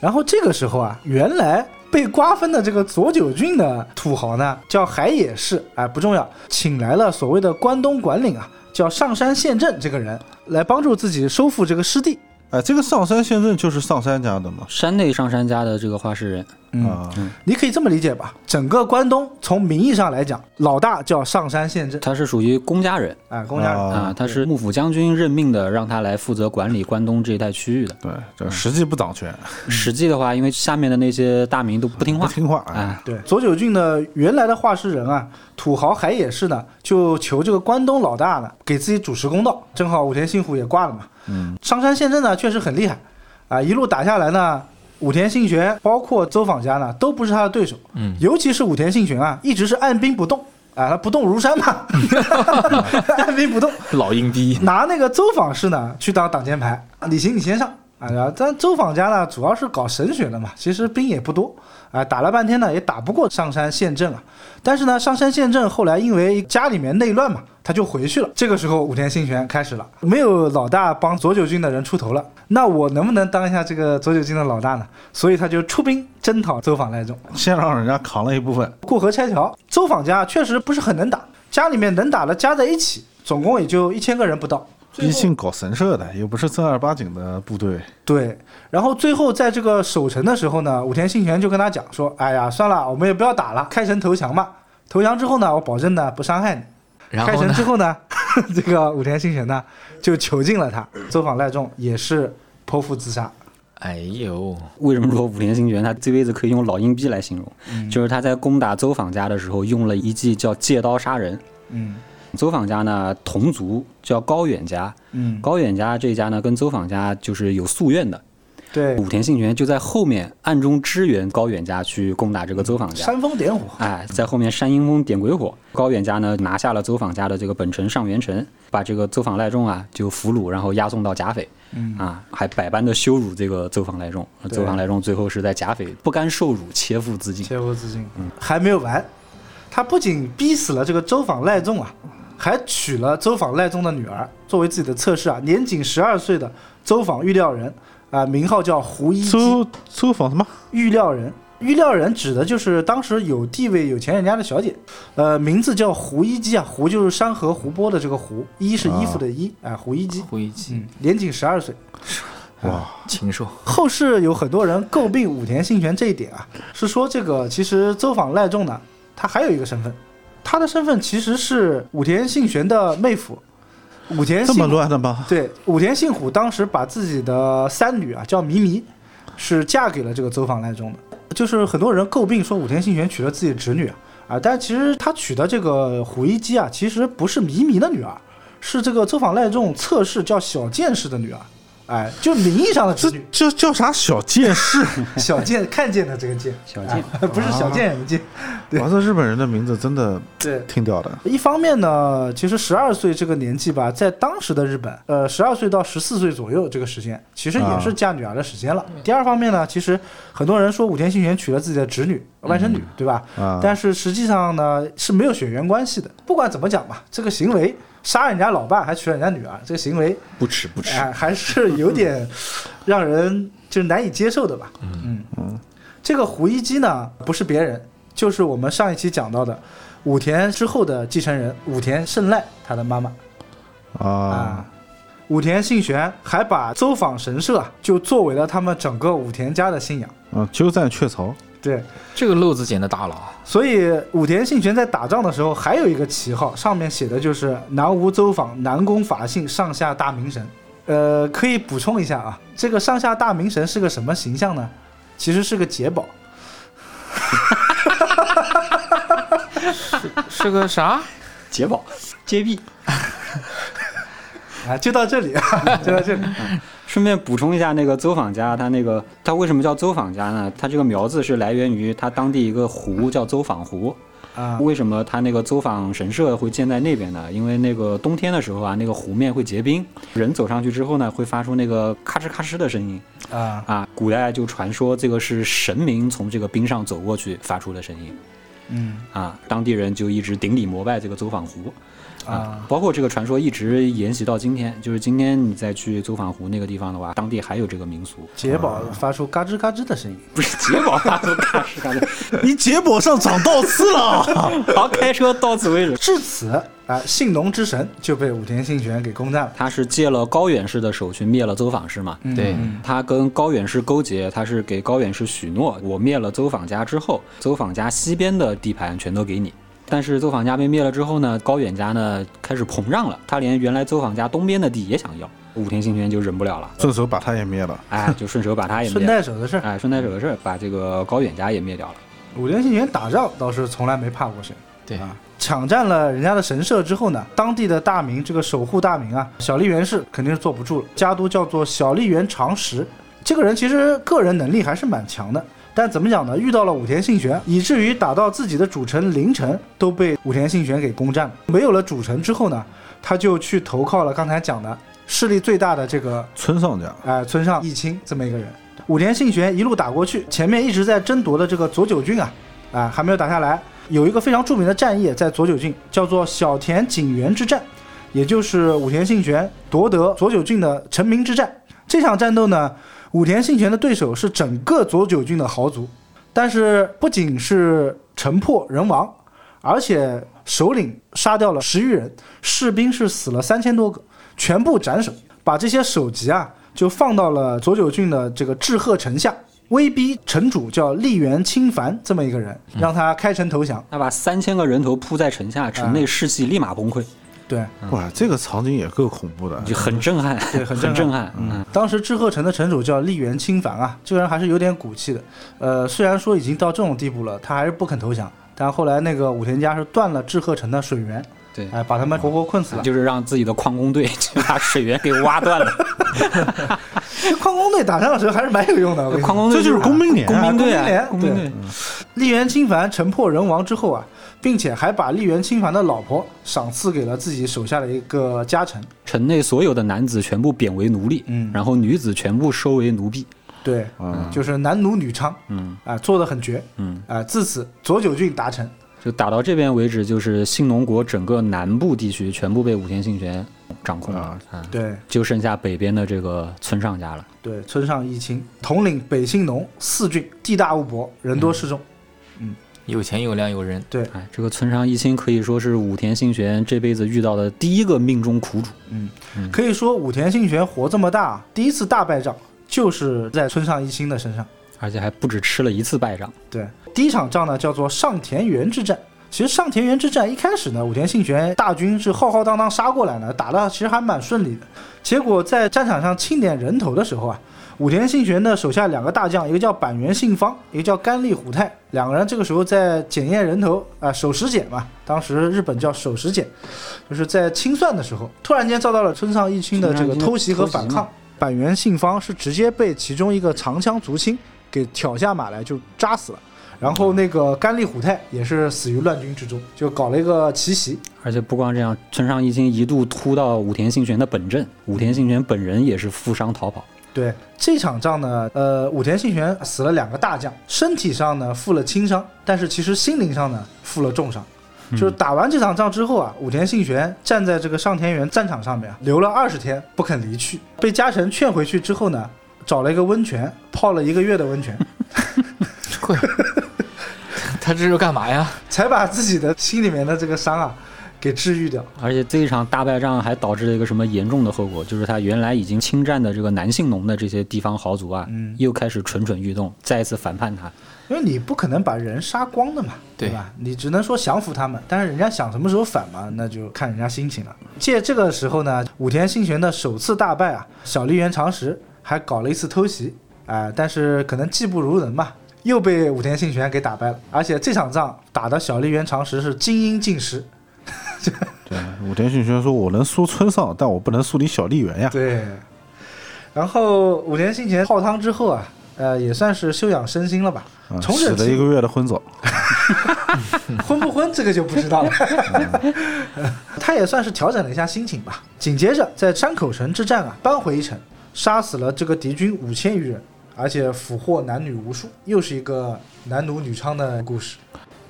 然后这个时候啊，原来被瓜分的这个佐久郡的土豪呢，叫海野氏，哎、不重要，请来了所谓的关东管领啊，叫上山宪政这个人来帮助自己收复这个失地。哎，这个上山县镇就是上山家的嘛，山内上山家的这个画事人，啊，嗯你可以这么理解吧，整个关东从名义上来讲，老大叫上杉宪政，他是属于公家人啊，公家人啊啊，他是幕府将军任命的，让他来负责管理关东这一带区域的。对，这实际不掌权，实际的话，因为下面的那些大名都不听不话，听话啊，对，佐久郡的原来的画师人啊，土豪海野氏呢，就求这个关东老大呢，给自己主持公道。正好武田信虎也挂了嘛。嗯，上杉宪政呢，确实很厉害，啊，一路打下来呢，武田信玄包括周访家呢，都不是他的对手。嗯，尤其是武田信玄啊，一直是按兵不动。啊，他不动如山嘛，按兵不动，老硬逼，拿那个周访氏呢去当挡箭牌，李行你先上啊。然后但周访家呢主要是搞神学的嘛，其实兵也不多啊，打了半天呢也打不过上山县政啊。但是呢，上山县政后来因为家里面内乱嘛，他就回去了。这个时候武田信玄开始了，没有老大帮佐久军的人出头了，那我能不能当一下这个佐久军的老大呢？所以他就出兵征讨周访赖仲。先让人家扛了一部分，过河拆桥，周访家确实不是很能打，家里面能打的加在一起，总共也就一千个人不到。毕竟搞神社的，又不是正儿八经的部队，对，然后最后在这个守城的时候呢，武田信玄就跟他讲说：“哎呀，算了，我们也不要打了，开城投降吧。投降之后呢，我保证呢不伤害你。然开后城呢之，后呢， <laughs> 这个武田信玄呢就囚禁了他，周访赖仲也是剖腹自杀。哎呦，为什么说武田信玄他这辈子可以用老硬币来形容？就是他在攻打邹访家的时候用了一计叫借刀杀人。嗯邹访家呢，同族叫高远家，嗯，高远家这一家呢跟邹访家就是有夙愿的。对，武田信玄就在后面暗中支援高远家去攻打这个邹访家。煽风点火。哎，在后面煽阴风点鬼火，高远家呢拿下了邹访家的这个本城上元城，把这个邹访赖仲啊就俘虏，然后押送到甲斐，啊，还百般的羞辱这个邹访赖仲，对邹访赖仲最后是在甲斐不甘受辱，切腹自尽。切腹自尽，还没有完，他不仅逼死了这个周访赖仲啊，还娶了周访赖仲的女儿作为自己的侧室啊，年仅十二岁的周访预料人啊、名号叫胡一基周周访什么？预料人。预料人指的就是当时有地位、有钱人家的小姐，呃，名字叫胡一基啊，胡就是山河湖泊的这个湖，一是衣服的衣，啊、胡一基，胡一基嗯，年仅十二岁，哇，禽兽，后世有很多人诟病武田信玄这一点啊，是说这个其实周访赖仲呢，他还有一个身份，他的身份其实是武田信玄的妹夫。武田这信么乱的吗？对武田信虎当时把自己的三女啊叫弥弥，是嫁给了这个周访赖仲的。就是很多人诟病说武田信玄娶了自己的侄女啊，啊，但其实他娶的这个虎一姬啊，其实不是弥弥的女儿，是这个周访赖仲侧室叫小见氏的女儿。哎，就名义上的侄这女，这叫啥小剑士？小见看见的这个见，小见啊 <laughs> 不是小见眼的见。对哇，这日本人的名字真的对，挺屌的。一方面呢，其实十二岁这个年纪吧，在当时的日本，呃，十二岁到十四岁左右这个时间，其实也是嫁女儿的时间了。第二方面呢，其实很多人说武田信玄娶了自己的侄女、外甥女，对吧？啊但是实际上呢，是没有血缘关系的。不管怎么讲吧，这个行为杀人家老伴还娶人家女儿，这个行为不耻不耻。哎，还是有点让人就是难以接受的吧。嗯嗯，这个胡一基呢，不是别人，就是我们上一期讲到的武田之后的继承人武田胜赖他的妈妈啊啊。，武田信玄还把邹访神社啊就作为了他们整个武田家的信仰。嗯，鸠占鹊巢，对，这个漏子捡的大了，所以武田信玄在打仗的时候还有一个旗号，上面写的就是南无邹访南宫法信上下大明神。呃，可以补充一下啊，这个上下大明神是个什么形象呢？其实是个解宝，是个啥？解宝接币。啊，就到这里， <laughs> 就到这里。顺便补充一下，那个邹访家，他那个他为什么叫邹访家呢？他这个苗字是来源于他当地一个湖叫邹访湖。啊，为什么他那个邹访神社会建在那边呢？因为那个冬天的时候啊，那个湖面会结冰，人走上去之后呢，会发出那个咔哧咔哧的声音啊，啊。古代就传说这个是神明从这个冰上走过去发出的声音嗯，啊，当地人就一直顶礼膜拜这个邹访湖。啊包括这个传说一直沿袭到今天，就是今天你再去走访湖那个地方的话，当地还有这个民俗，解宝发出嘎吱嘎吱的声音，不是解宝 <laughs> 大都大师大的。你结果上长倒刺了， <laughs> 好，开车到此为止。至此啊，信农之神就被武田信玄给攻占了。嗯他是借了高远氏的手去灭了邹访氏嘛？对，他跟高远氏勾结，他是给高远氏许诺，我灭了邹访家之后，邹访家西边的地盘全都给你。但是邹访家被灭了之后呢，高远家呢开始膨胀了，他连原来邹访家东边的地也想要，武田信玄就忍不了了，顺手把他也灭了。哎，就顺手把他也顺灭了，带手的事儿，哎，顺带手的事儿把这个高远家也灭掉了。武田信玄打仗倒是从来没怕过谁。对啊，抢占了人家的神社之后呢，当地的大名这个守护大名啊，小笠原氏肯定是坐不住了。家督叫做小笠原长实，这个人其实个人能力还是蛮强的。但怎么讲呢？遇到了武田信玄，以至于打到自己的主城临城都被武田信玄给攻占了。没有了主城之后呢，他就去投靠了刚才讲的势力最大的这个村上家哎、村上义清这么一个人。武田信玄一路打过去，前面一直在争夺的这个佐久郡啊，啊、还没有打下来。有一个非常著名的战役在佐久郡，叫做小田景园之战，也就是武田信玄夺得佐久郡的成名之战。这场战斗呢，武田信玄的对手是整个佐久郡的豪族，但是不仅是城破人亡，而且首领杀掉了十余人，士兵是死了三千多个，全部斩首，把这些首级啊就放到了佐久郡的这个志贺城下，威逼城主叫立原清繁这么一个人，嗯让他开城投降。他把三千个人头铺在城下，城内士气立马崩溃，对，哇，这个场景也够恐怖的。就很震撼，哎对很很震撼震撼。嗯，当时志贺城的城主叫立原清繁啊，这个人还是有点骨气的。呃，虽然说已经到这种地步了，他还是不肯投降。但后来那个武田家是断了志贺城的水源，对哎，把他们活活困死了。就是让自己的矿工队 <laughs> 去把水源给挖 <laughs> 断了。矿工队打仗的时候还是蛮有用的，我跟你说矿工队哎这就是工兵哎脸工啊兵队啊，工工兵兵脸队。丽媛清凡城破人亡之后啊，并且还把丽媛清凡的老婆赏赐给了自己手下的一个家臣。城内所有的男子全部贬为奴隶，嗯然后女子全部收为奴婢。对，啊，就是男奴女娼，嗯啊、做的很绝，嗯，啊、自此佐久郡达成。就打到这边为止，就是信浓国整个南部地区全部被武田信玄掌控了，啊，对就剩下北边的这个村上家了。对，村上义清统领北信农四郡，地大物博，人多势众。有钱有量有人，对，哎，这个村上一心可以说是武田信玄这辈子遇到的第一个命中苦主。嗯嗯可以说武田信玄活这么大，第一次大败仗就是在村上义清的身上。而且还不止吃了一次败仗，对，第一场仗呢叫做上田园之战。其实上田园之战一开始呢，武田信玄大军是浩浩荡荡杀过来呢，打的其实还蛮顺利的。结果在战场上清点人头的时候啊，武田信玄的手下两个大将，一个叫板垣信方，一个叫甘利虎太，两个人这个时候在检验人头啊、手实检嘛，当时日本叫手实检，就是在清算的时候，突然间遭到了村上义清的这个偷袭和反村上义清的偷袭抗嘛。板垣信方是直接被其中一个长枪族亲给挑下马来就扎死了。然后那个甘利虎太也是死于乱军之中，就搞了一个奇袭。而且不光这样，村上一心一度突到武田信玄的本阵，武田信玄本人也是负伤逃跑。对这场仗呢，呃，武田信玄死了两个大将，身体上呢负了轻伤，但是其实心灵上呢负了重伤。就是打完这场仗之后啊，武田信玄站在这个上田园战场上面啊流了二十天不肯离去，被家臣劝回去之后呢，找了一个温泉，泡了一个月的温泉，贵。 <laughs> 他这是干嘛呀？才把自己的心里面的这个伤啊给治愈掉。而且这一场大败仗还导致了一个什么严重的后果，就是他原来已经侵占的这个南信农的这些地方豪族啊，嗯又开始蠢蠢欲动，再一次反叛他。因为你不可能把人杀光的嘛，对吧？你只能说降服他们，但是人家想什么时候反嘛，那就看人家心情了。借这个时候呢，武田信玄的首次大败啊，小笠原长时还搞了一次偷袭，啊、但是可能技不如人吧，又被武田信玄给打败了。而且这场仗打的小笠原长时是精英尽失，对，武田信玄说：“我能输村上，但我不能输你小笠原呀。对。然后武田信玄泡汤之后啊，呃，也算是休养身心了吧，啊”重洗整旗了一个月的婚澡， <laughs> 婚不婚这个就不知道了。 <laughs> 他也算是调整了一下心情吧。紧接着在山口城之战啊，扳回一城，杀死了这个敌军五千余人，而且俘获男女无数，又是一个男奴女娼的故事。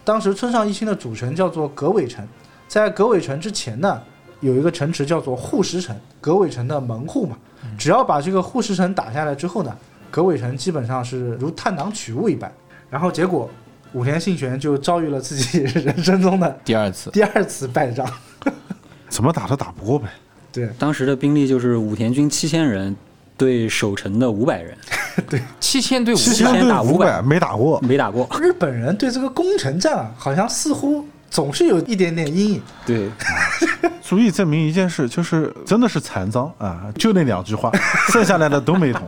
当时村上一清的主城叫做葛尾城，在葛尾城之前呢，有一个城池叫做护石城，葛尾城的门户嘛。只要把这个护石城打下来之后呢，葛尾城基本上是如探囊取物一般。然后结果武田信玄就遭遇了自己人生中的 <laughs> 第二次，第二次败仗。怎么打都打不过呗。对当时的兵力就是武田军七千人对守城的五百人，七千对五七千千千，对打五500百没打过，没打 <laughs> 过。日本人对这个攻城战啊，好像似乎总是有一点点阴影。对，足以证明一件事，就是真的是残脏啊，就那两句 <laughs> 话，剩下来的都没懂。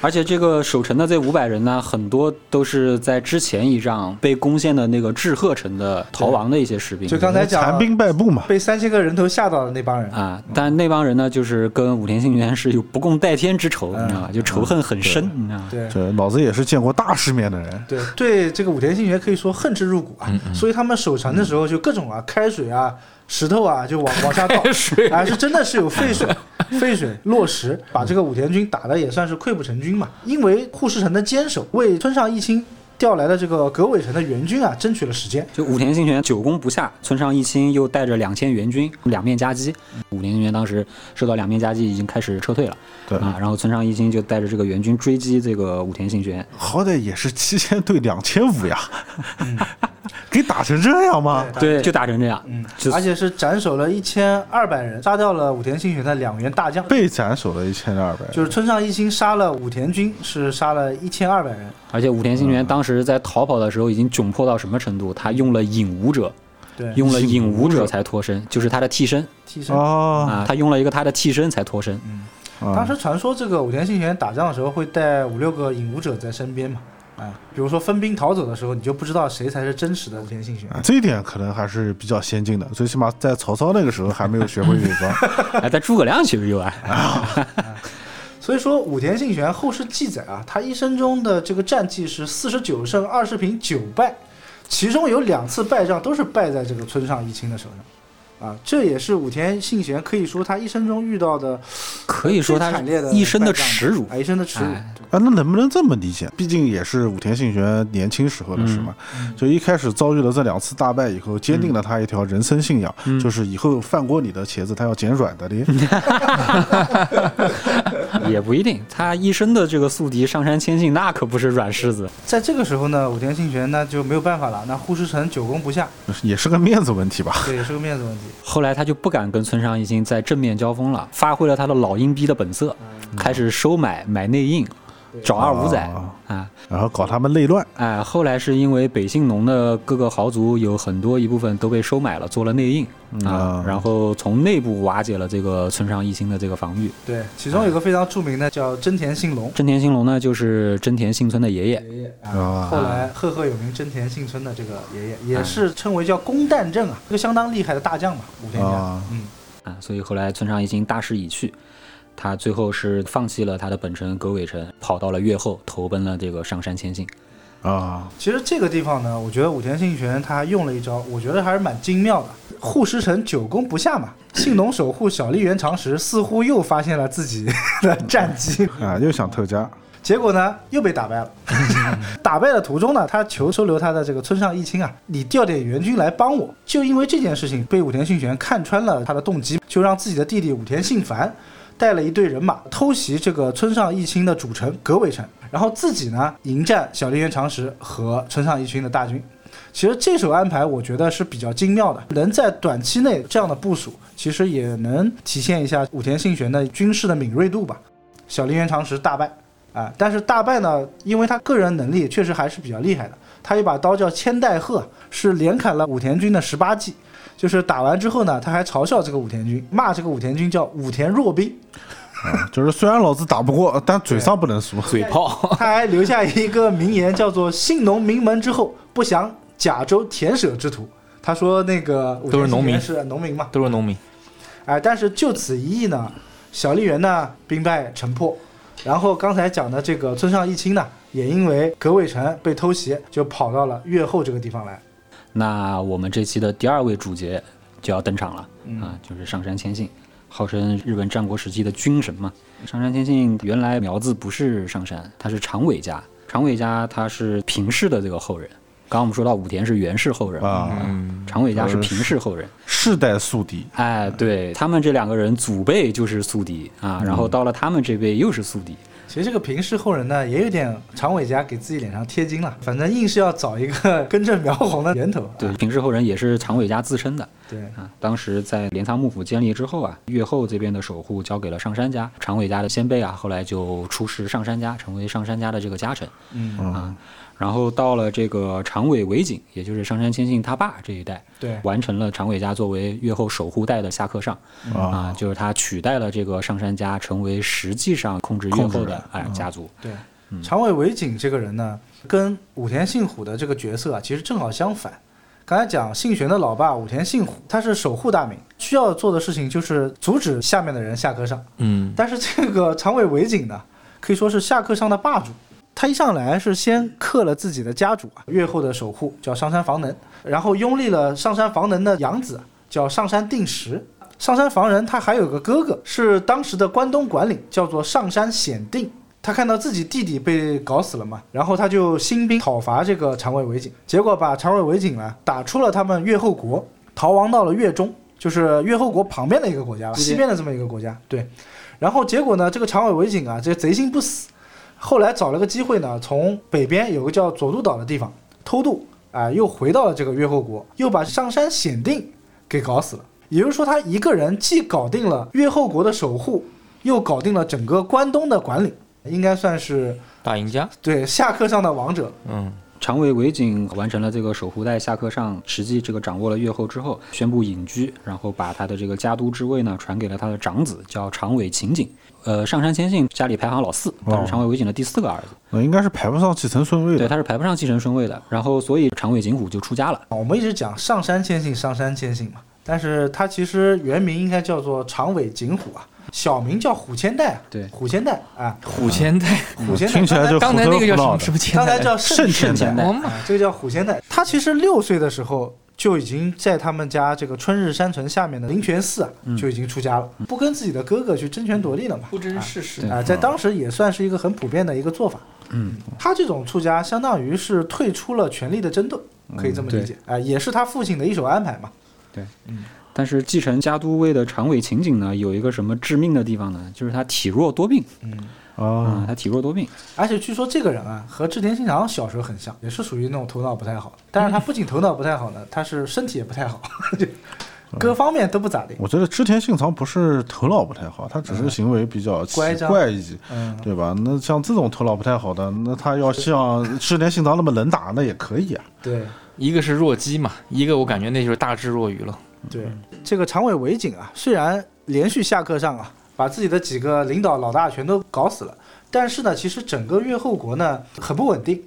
而且这个守城的这五百人呢，很多都是在之前一仗被攻陷的那个志贺城的逃亡的一些士兵。就刚才讲残了兵败部嘛，被三千个人头吓到的那帮人，啊，但那帮人呢，就是跟武田信玄是有不共戴天之仇，嗯你知道吧？就仇恨很深，你知道吧？对这老子也是见过大世面的人。对对，这个武田信玄可以说恨之入骨啊，所以他们守城的时候就各种啊开水啊、石头啊就往往下倒，水啊是真的是有废水、废水落石，把这个武田军打的也算是溃不成军嘛。因为护士城的坚守，为村上义清调来的这个葛尾城的援军啊争取了时间。就武田信玄久攻不下，村上义清又带着两千援军两面夹击，武田信玄当时受到两面夹击，已经开始撤退了。对嗯啊，然后村上义清就带着这个援军追击这个武田信玄，好歹也是七千对两千五呀， <laughs> 给打成这样吗？对，就打成这样。嗯就，而且是斩首了一千二百人，杀掉了武田信玄的两员大将。被斩首了一千二百，就是村上义清杀了武田军，是杀了一千二百人，而且武田信玄当时在逃跑的时候已经窘迫到什么程度？他用了引武者，对，用了引武者才脱身，就是他的替身替身哦，啊，他用了一个他的替身才脱身。啊当时传说这个武田信玄打仗的时候会带五六个引武者在身边嘛，啊，比如说分兵逃走的时候，你就不知道谁才是真实的武田信玄。啊这一点可能还是比较先进的，最起码在曹操那个时候还没有学会这一 <laughs> 招。哎，在诸葛亮其实有啊，所以说武田信玄后世记载啊，他一生中的这个战绩是四十九胜二十平九败，其中有两次败仗都是败在这个村上义清的手上，啊，这也是武田信玄可以说他一生中遇到的可以说最他惨烈的一生的败仗吧耻 <laughs> 辱啊，一生的耻辱。哎对啊，那能不能这么理解？毕竟也是武田信玄年轻时候的事嘛，嗯就一开始遭遇了这两次大败以后，坚定了他一条人生信仰，嗯就是以后饭锅里的茄子他要捡软的的。也不一定。他一生的这个宿敌上杉谦信，那可不是软柿子。在这个时候呢，武田信玄那就没有办法了，那呼市城久攻不下， <laughs> 也是个面子问题吧。这也是个面子问题。后来他就不敢跟村上义经在正面交锋了，发挥了他的老阴逼的本色，嗯开始收买买内应，找二五仔啊啊。然后搞他们内乱，哎，后来是因为北信农的各个豪族有很多一部分都被收买了，做了内应啊啊，然后从内部瓦解了这个村上义兴的这个防御。对，其中有个非常著名的叫真田信隆，真田信隆呢，就是真田幸村的爷爷，啊后来赫赫有名真田幸村的这个爷爷，也是称为叫宫旦正啊，一个相当厉害的大将嘛，武田家啊。嗯，啊，所以后来村上义经大势已去，他最后是放弃了他的本城葛尾城，跑到了越后，投奔了这个上杉谦信。啊，其实这个地方呢，我觉得武田信玄他用了一招，我觉得还是蛮精妙的。护石城久攻不下嘛，信浓守护小笠原长时似乎又发现了自己的战机，啊，又想偷家，结果呢又被打败了。打败的途中呢，他求收留他的这个村上义清啊，你调点援军来帮我。就因为这件事情，被武田信玄看穿了他的动机，就让自己的弟弟武田信繁带了一队人马偷袭这个村上义清的主城葛尾城，然后自己呢迎战小笠原长时和村上义清的大军。其实这手安排我觉得是比较精妙的，能在短期内这样的部署，其实也能体现一下武田信玄的军事的敏锐度吧。小笠原长时大败啊，但是大败呢，因为他个人能力确实还是比较厉害的，他一把刀叫千代鹤，是连砍了武田军的十八计。就是打完之后呢，他还嘲笑这个武田军，骂这个武田军叫武田 <laughs> 弱兵，啊，就是虽然老子打不过，但嘴上不能输。嘴炮，他还留下一个名言，叫做“信浓名门之后，不详甲州田舍之徒”。他说那个武田都是农民信玄是农民嘛，都是农民，哎，但是就此一役呢，小笠原呢兵败城破，然后刚才讲的这个村上义清呢，也因为葛尾城被偷袭，就跑到了越后这个地方来。那我们这期的第二位主角就要登场了、嗯啊，就是上杉谦信，号称日本战国时期的军神嘛。上杉谦信原来苗字不是上杉，他是长尾家，长尾家他是平氏的这个后人。刚刚我们说到武田是源氏后人啊，嗯嗯长尾家是平氏后人。世代宿敌，哎，对他们这两个人祖辈就是宿敌啊，然后到了他们这辈又是宿敌。其实这个平氏后人呢，也有点长尾家给自己脸上贴金了，反正硬是要找一个 <laughs> 根正苗红的源头。对，平氏后人也是长尾家自称的对，啊。当时在镰仓幕府建立之后啊，越后这边的守护交给了上杉家，长尾家的先辈啊，后来就出仕上杉家，成为上杉家的这个家臣。嗯，啊。然后到了这个长尾尾景，也就是上杉谦信他爸这一代，对，完成了长尾家作为越后守护代的下克上啊，就是他取代了这个上杉家，成为实际上控制越后的哎家族。对，长尾尾景这个人呢，跟武田信虎的这个角色啊，其实正好相反。刚才讲信玄的老爸武田信虎，他是守护大名，需要做的事情就是阻止下面的人下课上。嗯，但是这个长尾尾景呢，可以说是下课上的霸主。他一上来是先克了自己的家主啊，越后的守护叫上山房能，然后拥立了上山房能的养子叫上山定时。上山房人他还有个哥哥，是当时的关东管领，叫做上山显定。他看到自己弟弟被搞死了嘛，然后他就兴兵讨伐这个长尾尾景，结果把长尾尾景呢啊打出了他们越后国，逃亡到了越中，就是越后国旁边的一个国家了，西边的这么一个国家。对，然后结果呢，这个长尾尾景啊，这贼心不死，后来找了个机会呢，从北边有个叫佐渡岛的地方偷渡啊、又回到了这个越后国，又把上山显定给搞死了。也就是说，他一个人既搞定了越后国的守护，又搞定了整个关东的管理，应该算是大赢家，对下课上的王者。嗯，长尾尾景完成了这个守护代下克上，实际这个掌握了越后之后，宣布隐居，然后把他的这个家督之位呢传给了他的长子，叫长尾晴景。呃，上杉谦信家里排行老四，他哦是长尾尾景的第四个儿子，那呃应该是排不上继承顺位对，的。他是排不上继承顺位的。然后，所以长尾景虎就出家了。我们一直讲上山谦信，上山谦信嘛，但是他其实原名应该叫做长尾景虎啊，小名叫虎千代啊，对虎千代啊，虎千代，虎千代听起来就刚才虎那头个叫什虎脑么的什么千代？哎刚才叫圣圣千代我妈，这个叫虎千代。他其实六岁的时候就已经在他们家这个春日山城下面的灵泉寺啊，嗯就已经出家了，不跟自己的哥哥去争权夺利了嘛。不知世事对啊，在当时也算是一个很普遍的一个做法。嗯，他这种出家相当于是退出了权力的争斗，可以这嗯么理解啊，也是他父亲的一手安排嘛。但是继承家督位的长尾情景呢，有一个什么致命的地方呢？就是他体弱多病嗯，啊、啊，他体弱多病。而且据说这个人啊，和织田信长小时候很像，也是属于那种头脑不太好。但是他不仅头脑不太好呢，他是身体也不太好， <laughs> 就嗯各方面都不咋地。我觉得织田信长不是头脑不太好，他只是行为比较奇乖张怪异，嗯，对吧？那像这种头脑不太好的，那他要像织田信长那么能打，那也可以啊。对。一个是弱鸡嘛，一个我感觉那就是大智若愚了。对，嗯这个长尾尾景啊，虽然连续下课上啊，把自己的几个领导老大全都搞死了，但是呢，其实整个越后国呢很不稳定。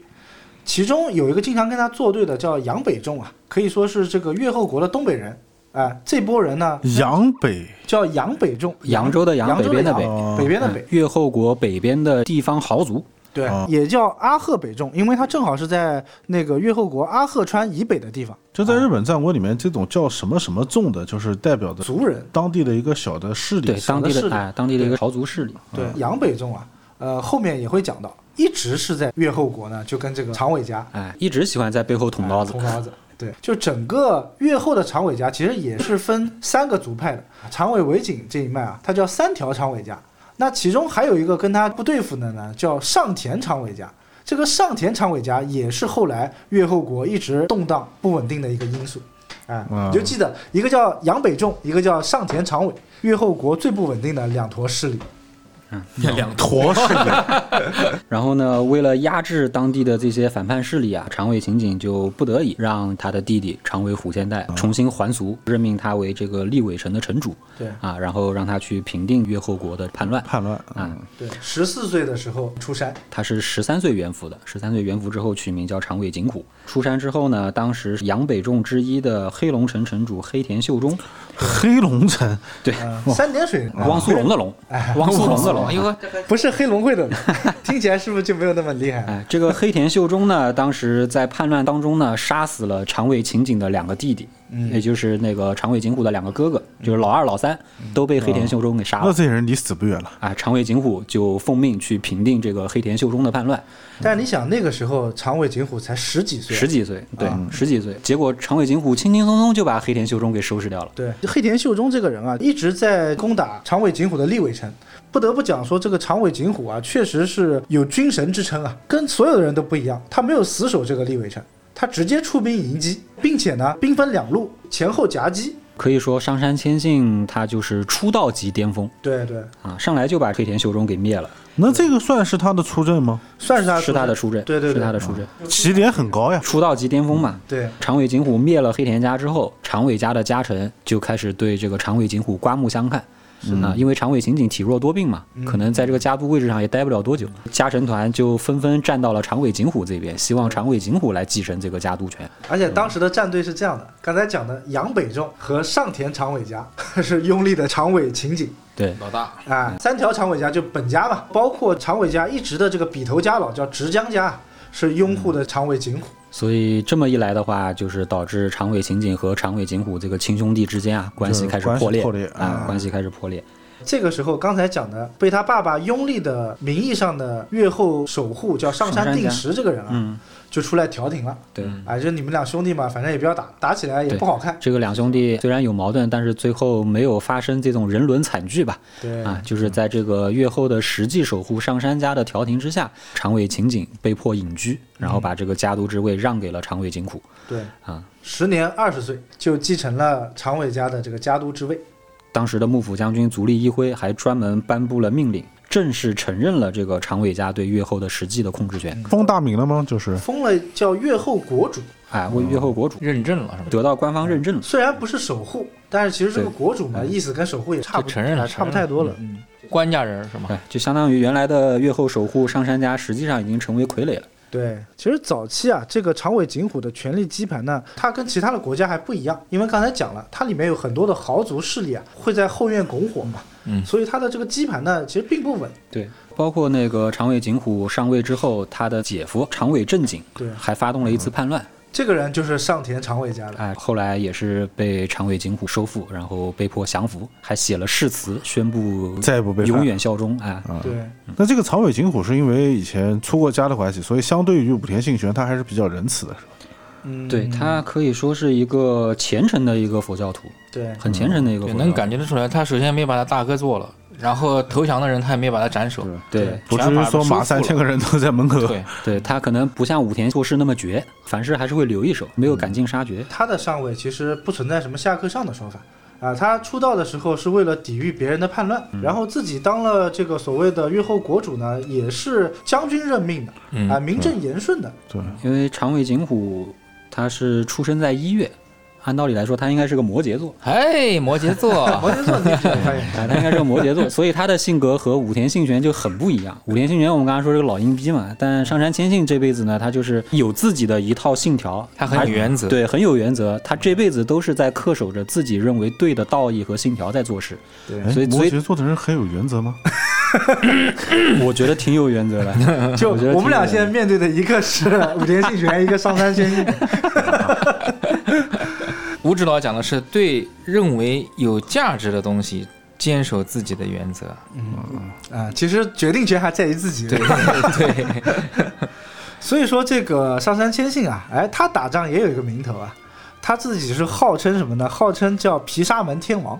其中有一个经常跟他作对的叫杨北仲啊，可以说是这个越后国的东北人啊、这波人呢杨北叫杨北仲，嗯扬州的扬，扬北州边的的北，扬，北边的北嗯，越后国北边的地方豪族。对哦，也叫阿贺北仲，因为他正好是在那个越后国阿贺川以北的地方，就在日本战国里面，这种叫什么什么众的，就是代表着族人。当地的一个小的势力对，当地小的势的力哎，当地的一个豪族势力。对，杨北仲啊，呃，后面也会讲到，一直是在越后国呢，就跟这个长尾家哎，一直喜欢在背后捅刀子。捅刀啊子。对， <laughs> 就整个越后的长尾家其实也是分三个族派的，长尾尾景这一脉啊，它叫三条长尾家。那其中还有一个跟他不对付的呢，叫上田长尾家。这个上田长尾家也是后来越后国一直动荡不稳定的一个因素。哎，嗯你就记得一个叫杨北仲，一个叫上田长尾，越后国最不稳定的两坨势力。两驼势力。然后呢，为了压制当地的这些反叛势力啊，长尾刑警就不得已让他的弟弟长尾虎千代重新还俗，任命他为这个立尾城的城主对啊，然后让他去平定越后国的叛乱。叛乱啊，对，十四岁的时候出山，他是十三岁元服的，十三岁元服之后取名叫长尾景虎。出山之后呢，当时杨北众之一的黑龙城城主黑田秀忠，黑龙城对，嗯、三点水汪苏泷的龙，啊 <laughs> 汪苏泷的龙哎，呦，不是黑龙会的， <laughs> 听起来是不是就没有那么厉害？哎，这 <laughs> 个黑田秀忠呢，当时在叛乱当中呢，杀死了长尾晴景的两个弟弟，嗯也就是那个长尾景虎的两个哥哥，就是老二、老三，嗯都被哦黑田秀忠给杀那了。这些人离死不远了。啊，长尾景虎就奉命去平定这个黑田秀忠的叛乱，但你想，那个时候长尾景虎才十几岁，十几岁，对，嗯十几岁。结果长尾景虎轻轻松松就把黑田秀忠给收拾掉了。对，黑田秀忠这个人啊，一直在攻打长尾景虎的立尾城。不得不讲说，这个长尾景虎啊，确实是有军神之称啊，跟所有的人都不一样。他没有死守这个立尾城，他直接出兵迎击，并且呢，兵分两路，前后夹击。可以说，上山千信他就是出道即巅峰对对，啊，上来就把黑田秀忠给灭了，那这个算是他的出阵吗？算是他是他的出阵，对对嗯是对他的出阵，起点很高呀。出道即巅峰嘛。对，长尾景虎灭了黑田家之后，长尾家的家臣就开始对这个长尾景虎刮目相看。啊，因为长尾刑警体弱多病嘛，可能在这个家督位置上也待不了多久。家臣团就纷纷站到了长尾景虎这边，希望长尾景虎来继承这个家督权。而且当时的战队是这样的，刚才讲的杨北众和上田长尾家 <laughs> 是拥立的长尾情景。对，老大，啊，三条长尾家就本家嘛，包括长尾家一直的这个笔头家老叫直江家，是拥护的长尾景虎。所以这么一来的话，就是导致长尾刑警和长尾景虎这个亲兄弟之间啊，关系开始破就是关系裂，破裂啊，关系开始破裂。这个时候，刚才讲的被他爸爸拥立的名义上的越后守护叫上上山山定家时这个人啊，嗯就出来调停了。对，啊，就你们俩兄弟嘛，反正也不要打，打起来也对不好看。这个两兄弟虽然有矛盾，但是最后没有发生这种人伦惨剧吧？对，啊，就是在这个越后的实际守护上山家的调停之下，长尾情景被迫隐居，然后把这个家督之位让给了长尾景虎。对，啊，时年二十岁就继承了长尾家的这个家督之位。当时的幕府将军足利义辉还专门颁布了命令，正式承认了这个长尾家对越后的实际的控制权，封大名了吗？就是封了叫越后国主，啊，为越后国主认证了是吧？得到官方认证了。虽然不是守护，但是其实这个对国主嘛，意思跟守护也差就不承认了，差不承认太多了。嗯，嗯官家人是吗？对，哎就相当于原来的越后守护上山家，实际上已经成为傀儡了。对，其实早期啊，这个长尾景虎的权力基盘呢，它跟其他的国家还不一样，因为刚才讲了，它里面有很多的豪族势力啊，会在后院拱火嘛，嗯所以它的这个基盘呢，其实并不稳。对，包括那个长尾景虎上位之后，他的姐夫长尾正景对还发动了一次叛乱，这个人就是上田长尾家的，哎，后来也是被长尾景虎收复，然后被迫降服，还写了誓词，宣布再也不背叛永远效忠。哎，啊对，那这个长尾景虎是因为以前出过家的关系，所以相对于武田信玄，他还是比较仁慈的，是吧？嗯，对他可以说是一个虔诚的一个佛教徒，对，很虔诚的一个佛对，教嗯徒，能感觉得出来，他首先没把他大哥做了，然后投降的人他也没把他斩首，对。不至于说马三千个人都在门口。对，对他可能不像武田做事那么绝，凡事还是会留一手，没有赶尽杀绝。他的上位其实不存在什么下克上的说法啊，他出道的时候是为了抵御别人的叛乱，嗯然后自己当了这个所谓的越后国主呢，也是将军任命的嗯啊，名正言顺的，对，因为长尾景虎他是出生在一月，按道理来说他应该是个摩羯座，哎，摩羯座， <laughs> 摩羯座你也发现。啊，他应该是个摩羯座，所以他的性格和武田信玄就很不一样。武田信玄我们刚刚说是个老阴逼嘛，但上杉谦信这辈子呢，他就是有自己的一套信条，他很有而原则对，很有原则。他这辈子都是在恪守着自己认为对的道义和信条在做事，哎所以摩所以羯座的人很有原则 <laughs> 吗？我觉得挺有原则的。就我觉得我们俩挺现在有原则的面对的一个是武田信玄，一个上杉谦信。吴指导讲的是对认为有价值的东西坚守自己的原则。 <laughs> 啊、其实决定权还在于自己。对对，所以说这个上杉谦信啊，哎，他打仗也有一个名头啊，他自己是号称什么呢？号称叫毗沙门天王。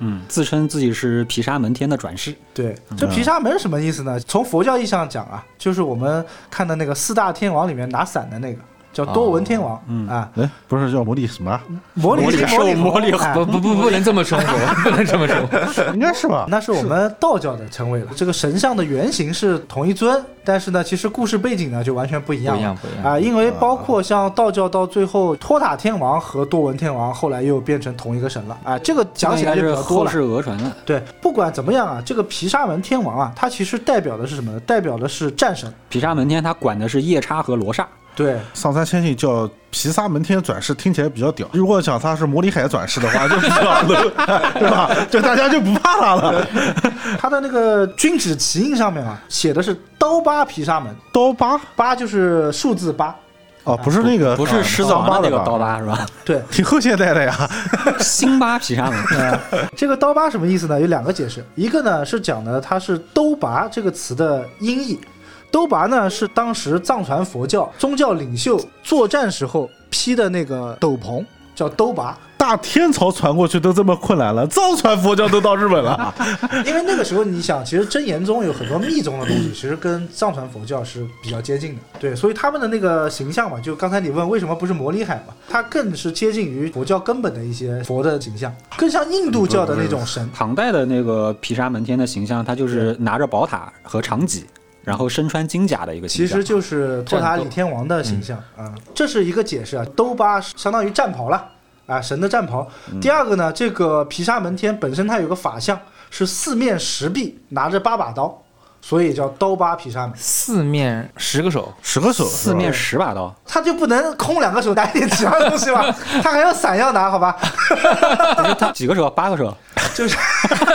嗯，自称自己是毗沙门天的转世，对，这毗沙门是什么意思呢？从佛教意义上讲啊，就是我们看的那个四大天王里面拿伞的那个，叫多闻天王、啊，哎，不是叫摩利什么？啊摩里摩里摩里不不不，不能这么称呼，不能这么称呼。应该是吧？那是我们道教的称谓了。这个神像的原型是同一尊，但是呢，其实故事背景呢就完全不一样 <laughs> 了。不一样不一样啊、因为包括像道教到最后，托塔天王和多闻天王后来又变成同一个神了。啊、这个讲起来就这比个应较该是多后了。世讹传的。对，不管怎么样啊，这个毗沙门天王啊，它其实代表的是什么呢？代表的是战神。毗沙门天他管的是夜叉和罗刹，对，上山千信叫毗沙门天转世，听起来比较屌。如果讲他是摩里海转世的 <laughs> 话，就比较 low，对吧？就大家就不怕他了。他的那个军指旗印上面啊，写的是刀疤毗沙门，刀疤疤就是数字八。哦，不是那个，不是啊石枣桑巴那的个吧刀疤是吧？对，挺后现代的呀。 <laughs> 辛巴皮 <laughs> 沙门，啊这个刀疤什么意思呢？有两个解释，一个呢是讲的它是兜拔这个词的音译，兜拔呢是当时藏传佛教宗教领袖作战时候披的那个斗篷，叫兜拔，大天朝传过去都这么困难了，藏传佛教都到日本了。啊因为那个时候你想，其实真言宗有很多密宗的东西，其实跟藏传佛教是比较接近的，对，所以他们的那个形象嘛，就刚才你问为什么不是摩尼海嘛，它更是接近于佛教根本的一些佛的形象，更像印度教的那种神。唐代的那个毗沙门天的形象，他就是拿着宝塔和长戟，然后身穿金甲的一个其形象。实就是托塔李天王的嗯形象啊、这是一个解释啊。兜巴相当于战袍了啊，神的战袍。嗯第二个呢，这个毗沙门天本身它有个法相，是四面十臂，拿着八把刀，所以叫刀疤毗沙门。四面十个手，十个手，四面十把刀，他就不能空两个手拿一点其他东西吧？他还要伞要拿，好吧？不是他几个手？八个手，就是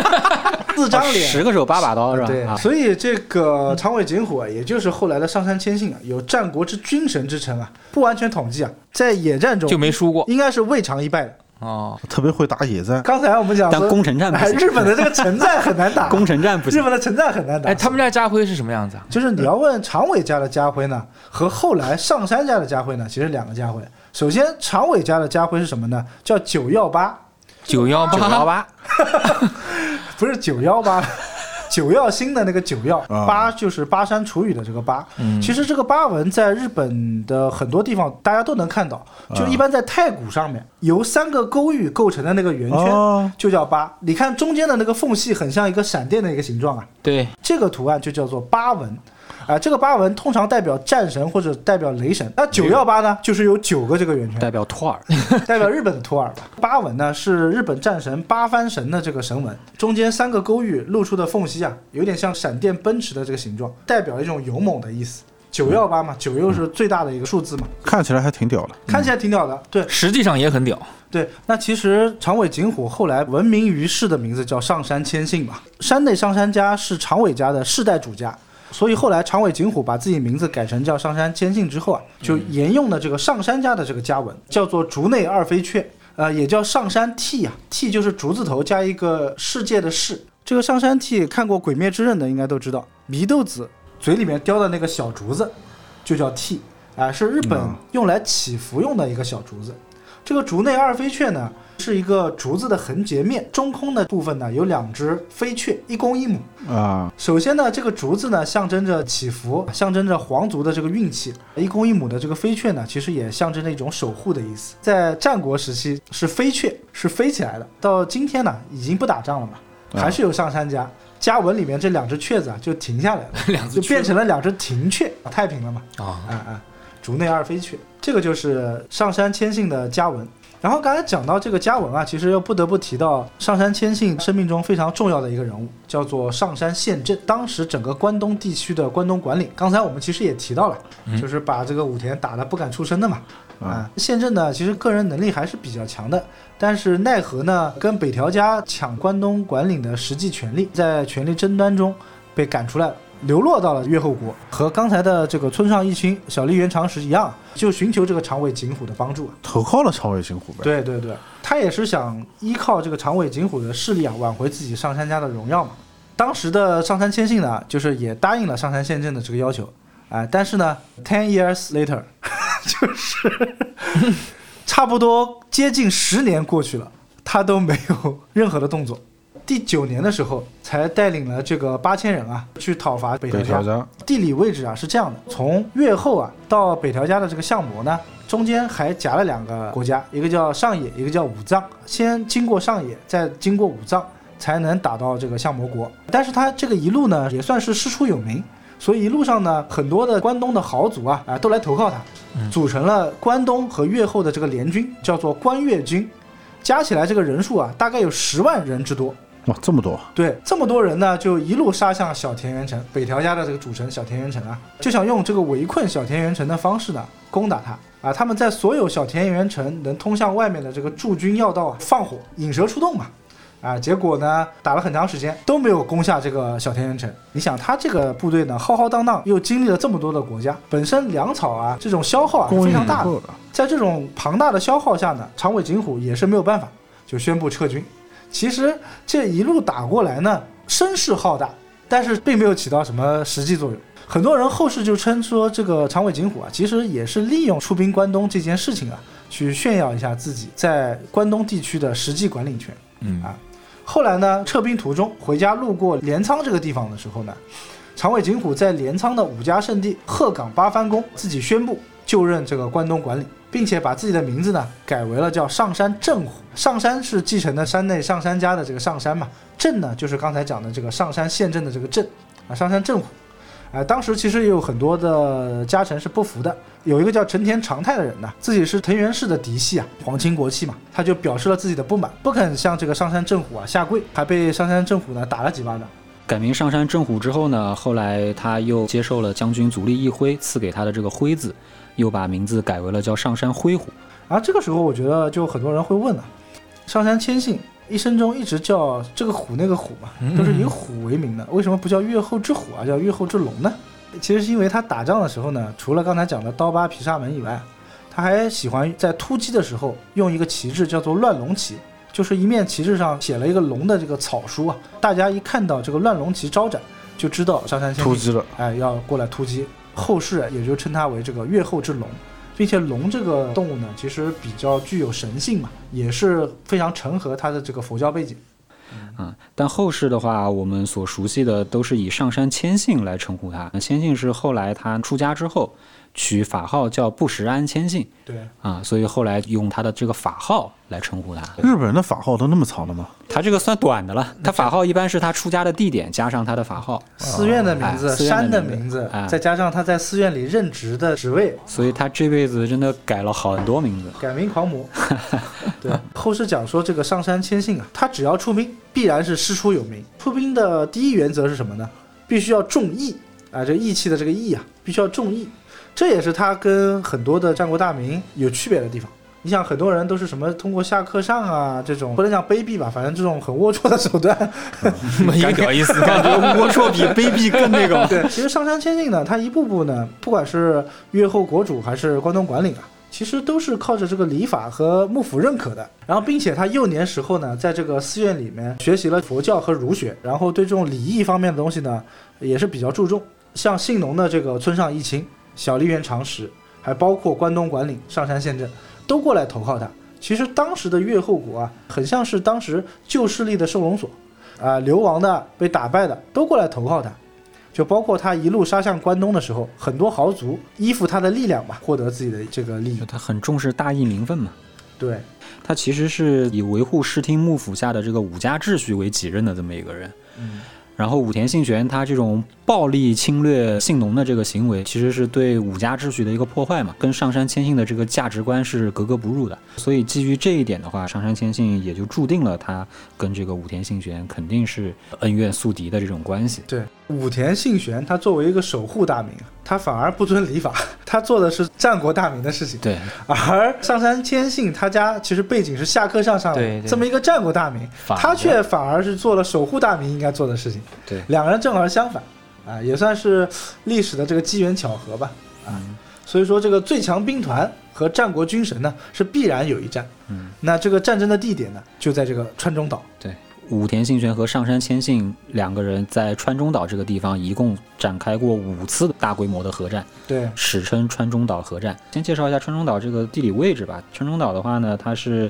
<laughs> 四张脸，十个手八把刀是吧？对，啊，所以这个长尾景虎啊，也就是后来的上杉谦信啊，有战国之军神之称啊。不完全统计啊，在野战中就没输过应该是未尝一败的。哦。特别会打野战。刚才我们讲说，但攻城战不哎，行日本的这个城战很难打， <laughs> 攻城战不啊日行。本的城战很难打。哎，他们家家徽是什么样子啊？就是你要问长尾家的家徽呢，和后来上山家的家徽呢，其实两个家徽。首先，长尾家的家徽是什么呢？叫九幺八，九幺八，九啊 <laughs> 幺八，不是九幺八。 <laughs> 九曜星的那个九曜，啊嗯八就是巴山楚雨的这个八。其实这个八文在日本的很多地方大家都能看到，啊就一般在太鼓上面由三个勾玉构成的那个圆哦圈就叫八。你看中间的那个缝隙很像一个闪电的一个形状啊，对，这个图案就叫做八纹。啊、这个八纹通常代表战神或者代表雷神。那九幺八呢，就是有九个这个圆圈，代表托尔，代表日本的托尔吧。八纹呢是日本战神八幡神的这个神纹，中间三个勾玉露出的缝隙啊，有点像闪电奔驰的这个形状，代表一种勇猛的意思。九幺八嘛，九又是最大的一个数字嘛，看起来还挺屌的。看起来挺屌的。对实际上也很屌。 <laughs> 对，那其实长尾景虎后来闻名于世的名字叫上杉谦信嘛，山内上杉家是长尾家的世代主家。所以后来长尾景虎把自己名字改成叫上杉谦信之后啊，就沿用了这个上杉家的这个家纹，叫做竹内二飞雀，呃，也叫上杉 T 啊，T 就是竹字头加一个世界的世。这个上杉 T 看过《鬼灭之刃》的应该都知道，祢豆子嘴里面叼的那个小竹子就叫 T 啊、是日本用来祈福用的一个小竹子。这个竹内二飞雀呢，是一个竹子的横截面，中空的部分呢有两只飞雀，一公一母。啊，首先呢，这个竹子呢象征着祈福，象征着皇族的这个运气；一公一母的这个飞雀呢，其实也象征着一种守护的意思。在战国时期是飞雀是飞起来的，到今天呢已经不打仗了嘛，还是有上山家。家文里面这两只雀子啊，就停下来了，两只就雀变成了两只停雀，太平了嘛。啊，啊啊，竹内二飞雀，这个就是上山谦信的家纹。然后刚才讲到这个家纹啊，其实又不得不提到上山谦信生命中非常重要的一个人物，叫做上山宪政。当时整个关东地区的关东管领，刚才我们其实也提到了，就是把这个武田打得不敢出声的嘛。啊，宪政呢，其实个人能力还是比较强的，但是奈何呢，跟北条家抢关东管领的实际权利，在权力争端中被赶出来了，流落到了越后国，和刚才的这个村上义清、小笠原长时一样，就寻求这个长尾景虎的帮助啊。投靠了长尾景虎呗。对对对，他也是想依靠这个长尾景虎的势力啊，挽回自己上杉家的荣耀嘛。当时的上杉谦信呢，就是也答应了上杉宪政的这个要求，啊、但是呢，ten years later，就是 <laughs> 差不多接近十年过去了，他都没有任何的动作。第九年的时候，才带领了这个八千人啊，去讨伐北条北条家。家地理位置啊是这样的，从越后啊到北条家的这个相模呢，中间还夹了两个国家，一个叫上野，一个叫武藏。先经过上野，再经过武藏，才能打到这个相模国。但是他这个一路呢，也算是师出有名，所以一路上呢，很多的关东的豪族啊啊都来投靠他，组成了关东和越后的这个联军，叫做关越军，加起来这个人数啊，大概有十万人之多。哇，这么多，对，这么多人呢，就一路杀向小田园城，北条家的这个主城小田园城啊，就想用这个围困小田园城的方式呢，攻打它啊。他们在所有小田园城能通向外面的这个驻军要道啊，放火，引蛇出洞嘛。啊，结果呢，打了很长时间都没有攻下这个小田园城。你想，他这个部队呢，浩浩荡荡，又经历了这么多的国家，本身粮草啊这种消耗啊是供非应常不大的，够了。在这种庞大的消耗下呢，长尾景虎也是没有办法，就宣布撤军。其实这一路打过来呢，声势浩大，但是并没有起到什么实际作用。很多人后世就称说，这个长尾景虎啊，其实也是利用出兵关东这件事情啊，去炫耀一下自己在关东地区的实际管理权。嗯啊，后来呢，撤兵途中回家路过镰仓这个地方的时候呢，长尾景虎在镰仓的武家圣地鹤岗八幡宫自己宣布就任这个关东管理，并且把自己的名字呢改为了叫上山正虎。上山是继承的山内上山家的这个上山嘛，正呢就是刚才讲的这个上山县政的这个正啊，上山正虎。啊，当时其实也有很多的家臣是不服的，有一个叫成田长泰的人呢，自己是藤原氏的嫡系啊，皇亲国戚嘛，他就表示了自己的不满，不肯向这个上杉政府啊下跪，还被上杉政府呢打了几巴掌。改名上山正虎之后呢，后来他又接受了将军足利义辉赐给他的这个辉字，又把名字改为了叫上山辉虎。然后啊这个时候，我觉得就很多人会问了、上杉谦信一生中一直叫这个虎那个虎嘛，都是以虎为名的，为什么不叫越后之虎啊，叫越后之龙呢？其实是因为他打仗的时候呢，除了刚才讲的刀疤毗沙门以外，他还喜欢在突击的时候用一个旗帜叫做乱龙旗，就是一面旗帜上写了一个龙的这个草书啊，大家一看到这个乱龙旗招展，就知道上杉谦突击信了，哎，要过来突击。后世也就称它为这个越后之龙，并且龙这个动物呢，其实比较具有神性嘛，也是非常承合它的这个佛教背景。啊，但后世的话，我们所熟悉的都是以上山谦信来称呼他。谦信是后来他出家之后取法号叫不食安谦信对，啊，所以后来用他的这个法号来称呼他。哎日本人的法号都那么长的吗？他这个算短的了，他法号一般是他出家的地点加上他的法号，寺院的名字、哎寺院的山的名字名字，哎再加上他在寺院里任职的职位，所以他这辈子真的改了很多名字。改名狂魔。 <laughs> 对，后世讲说这个上杉谦信啊，他只要出兵，必然是师出有名。出兵的第一原则是什么呢？必须要重义啊，这义气的这个义啊，必须要重义。这也是他跟很多的战国大名有区别的地方。你想，很多人都是什么通过下课上啊这种不能讲卑鄙吧，反正这种很龌龊的手段， <laughs> 感觉意思，感觉龌龊比卑鄙更那个 <laughs> 对， <laughs> 其实上杉谦信呢，他一步步呢，不管是越后国主还是关东管领啊，其实都是靠着这个礼法和幕府认可的。然后，并且他幼年时候呢，在这个寺院里面学习了佛教和儒学，然后对这种礼仪方面的东西呢，也是比较注重。像信浓的这个村上义清、小笠原长时，还包括关东管领上杉宪政，都过来投靠他。其实当时的越后国啊，很像是当时旧势力的收容所，啊、流亡的、被打败的都过来投靠他。就包括他一路杀向关东的时候，很多豪族依附他的力量嘛，获得自己的这个利益就。他很重视大义名分嘛。对，他其实是以维护室町幕府下的这个武家秩序为己任的这么一个人。嗯，然后武田信玄他这种暴力侵略信浓的这个行为，其实是对武家秩序的一个破坏嘛，跟上杉谦信的这个价值观是格格不入的。所以基于这一点的话，上杉谦信也就注定了他跟这个武田信玄肯定是恩怨宿敌的这种关系。对，武田信玄他作为一个守护大名，他反而不遵礼法，他做的是战国大名的事情。对，而上杉谦信他家其实背景是下克上上对的对这么一个战国大名，反他着却反而是做了守护大名应该做的事情。对两个人正好相反，啊，也算是历史的这个机缘巧合吧。啊，嗯所以说这个最强兵团和战国军神呢是必然有一战。嗯，那这个战争的地点呢就在这个川中岛。对，武田信玄和上杉谦信两个人在川中岛这个地方一共展开过五次大规模的核战。对，史称川中岛核战。先介绍一下川中岛这个地理位置吧。川中岛的话呢，它是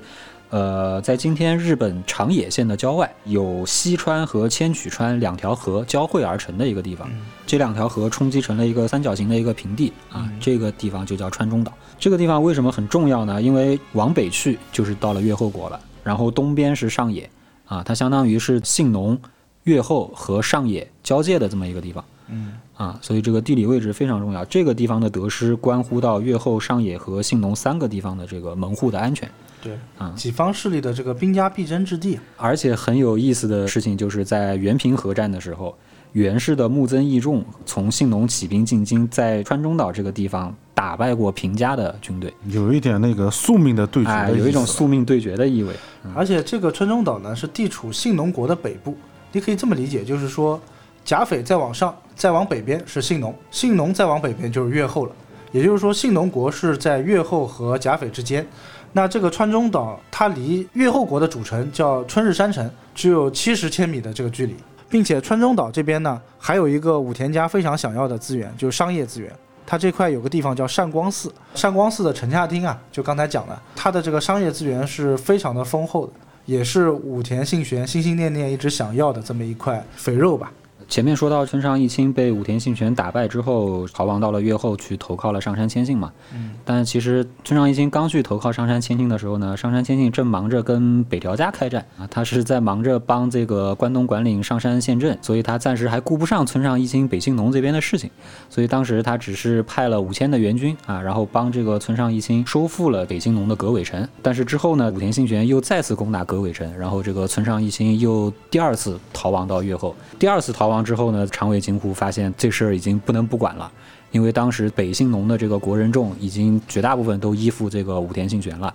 呃在今天日本长野县的郊外，有西川和千曲川两条河交汇而成的一个地方。嗯这两条河冲击成了一个三角形的一个平地啊，这个地方就叫川中岛。这个地方为什么很重要呢？因为往北去就是到了越后国了，然后东边是上野啊，它相当于是信浓、越后和上野交界的这么一个地方。嗯啊，所以这个地理位置非常重要。这个地方的得失关乎到越后、上野和信浓三个地方的这个门户的安全。对，嗯啊己方势力的这个兵家必争之地。啊而且很有意思的事情就是在原平河战的时候，源氏的木曾义重从信浓起兵进京，在川中岛这个地方打败过平家的军队，有一点那个宿命的对决啊、哎的意思有一种宿命对决的意味。而且这个川中岛呢是地处信浓国的北部，你可以这么理解，就是说甲斐再往上，再往北边是信浓，信浓再往北边就是越后了。也就是说，信浓国是在越后和甲斐之间。那这个川中岛，它离越后国的主城叫春日山城只有七十千米的这个距离，并且川中岛这边呢，还有一个武田家非常想要的资源，就是商业资源。它这块有个地方叫善光寺，善光寺的城下町啊，就刚才讲了，它的这个商业资源是非常的丰厚的，也是武田信玄心心念念一直想要的这么一块肥肉吧。前面说到村上义清被武田信玄打败之后，逃亡到了越后去投靠了上杉谦信嘛。嗯。但其实村上义清刚去投靠上杉谦信的时候呢，上杉谦信正忙着跟北条家开战啊，他是在忙着帮这个关东管领上杉宪政，所以他暂时还顾不上村上义清北信农这边的事情。所以当时他只是派了五千的援军啊，然后帮这个村上义清收复了北京农的葛尾城。但是之后呢，武田信玄又再次攻打葛尾城，然后这个村上义清又第二次逃亡到越后。第二次逃亡之后呢，长尾金户发现这事儿已经不能不管了。因为当时北信农的这个国人众已经绝大部分都依附这个武田信玄了，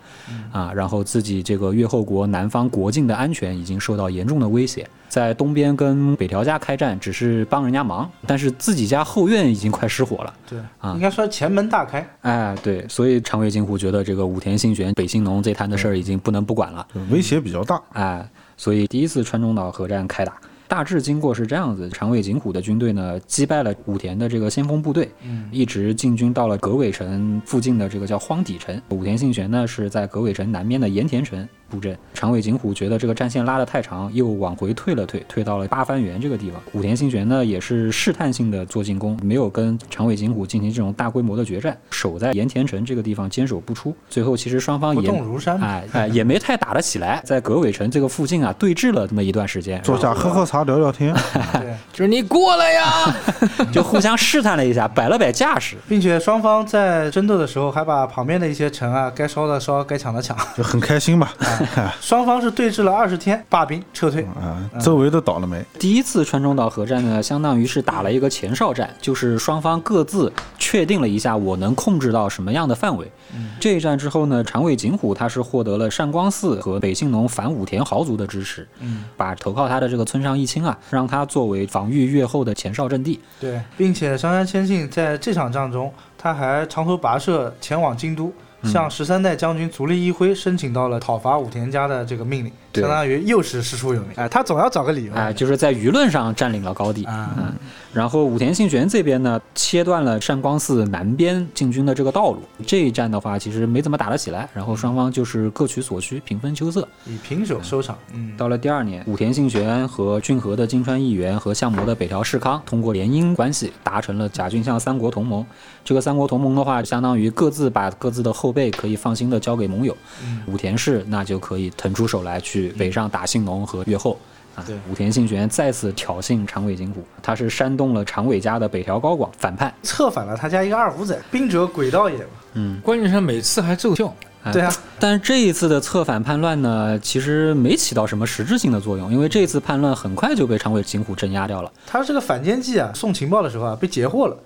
啊，然后自己这个越后国南方国境的安全已经受到严重的威胁，在东边跟北条家开战只是帮人家忙，但是自己家后院已经快失火了。对，啊应该说前门大开。哎，对，所以长尾金虎觉得这个武田信玄、北信农这摊的事儿已经不能不管了。对威胁比较大。哎，所以第一次川中岛核战开打，大致经过是这样子：长尾景虎的军队呢击败了武田的这个先锋部队，嗯一直进军到了葛尾城附近的这个叫荒底城。武田信玄呢是在葛尾城南边的盐田城布阵。长尾景虎觉得这个战线拉得太长，又往回退了退，退到了八幡原这个地方。武田信玄呢也是试探性的做进攻，没有跟长尾景虎进行这种大规模的决战，守在盐田城这个地方坚守不出。最后其实双方不也动如山嘛哎哎，也没太打得起来，在葛尾城这个附近啊对峙了这么一段时间，坐下喝喝茶聊聊天，对，就是你过来呀，就互相试探了一下，摆了摆架势。并且双方在争斗的时候，还把旁边的一些城啊，该烧的烧，该抢的 <laughs> 抢。就很开心吧？哎双方是对峙了二十天，罢兵撤退。啊，周围都倒了霉，第一次川中岛核战呢，相当于是打了一个前哨战，就是双方各自确定了一下我能控制到什么样的范围。这一战之后呢，长尾景虎他是获得了善光寺和北信农反武田豪族的支持，嗯，把投靠他的这个村上义清啊，让他作为防御越后的前哨阵地。对，并且上杉谦信在这场仗中，他还长途跋涉前往京都，向十三代将军足利义辉申请到了讨伐武田家的这个命令，对相当于又是师出有名。哎，他总要找个理由。哎，就是在舆论上占领了高地。啊嗯，然后武田信玄这边呢，切断了善光寺南边进军的这个道路。这一战的话，其实没怎么打得起来，然后双方就是各取所需，平分秋色。以平手收场。嗯，到了第二年，武田信玄和骏河的金川义元和相模的北条氏康通过联姻关系达成了甲郡相三国同盟。这个三国同盟的话，相当于各自把各自的后辈可以放心的交给盟友。武田氏那就可以腾出手来去北上打信浓和越后。啊对，武田信玄再次挑衅长尾景虎，他是煽动了长尾家的北条高广反叛。策反了他家一个二五仔，兵者诡道也嘛。关键是每次还奏效，哎对啊，但是这一次的策反叛乱呢，其实没起到什么实质性的作用，因为这次叛乱很快就被长尾景虎镇压掉了。他这个反间计啊，送情报的时候啊，被截获了，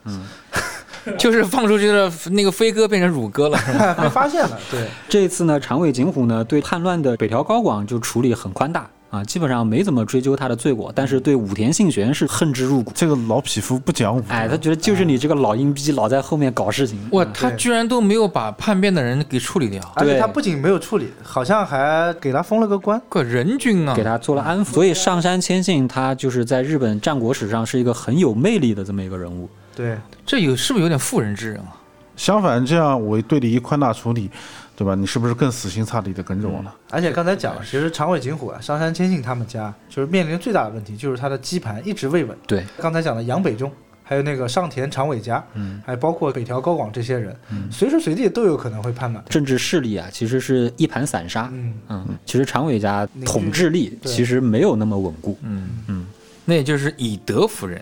就是放出去的那个飞哥变成乳哥了， <laughs> 是吧 <laughs> 被发现了。对，这次呢，长尾景虎呢对叛乱的北条高广就处理很宽大啊，基本上没怎么追究他的罪过，但是对武田信玄是恨之入骨。这个老匹夫不讲武，哎，他觉得就是你这个老阴逼，老在后面搞事情。哇，他居然都没有把叛变的人给处理掉，而且对他不仅没有处理，好像还给他封了个官。可人均啊给，他做了安抚，所以上杉谦信他就是在日本战国史上是一个很有魅力的这么一个人物。对，这有是不是有点妇人之仁啊？相反这样我对你一宽大处理，对吧？你是不是更死心塌地的跟着我了？而且刚才讲了，其实长尾景虎啊，上杉谦信他们家就是面临最大的问题，就是他的基盘一直未稳。对，刚才讲的杨北中，还有那个上田长尾家，嗯，还包括北条高广这些人，随时随地都有可能会叛乱。政治势力啊，其实是一盘散沙。嗯，嗯，其实长尾家凝聚统治力对其实没有那么稳固。嗯嗯，那也就是以德服人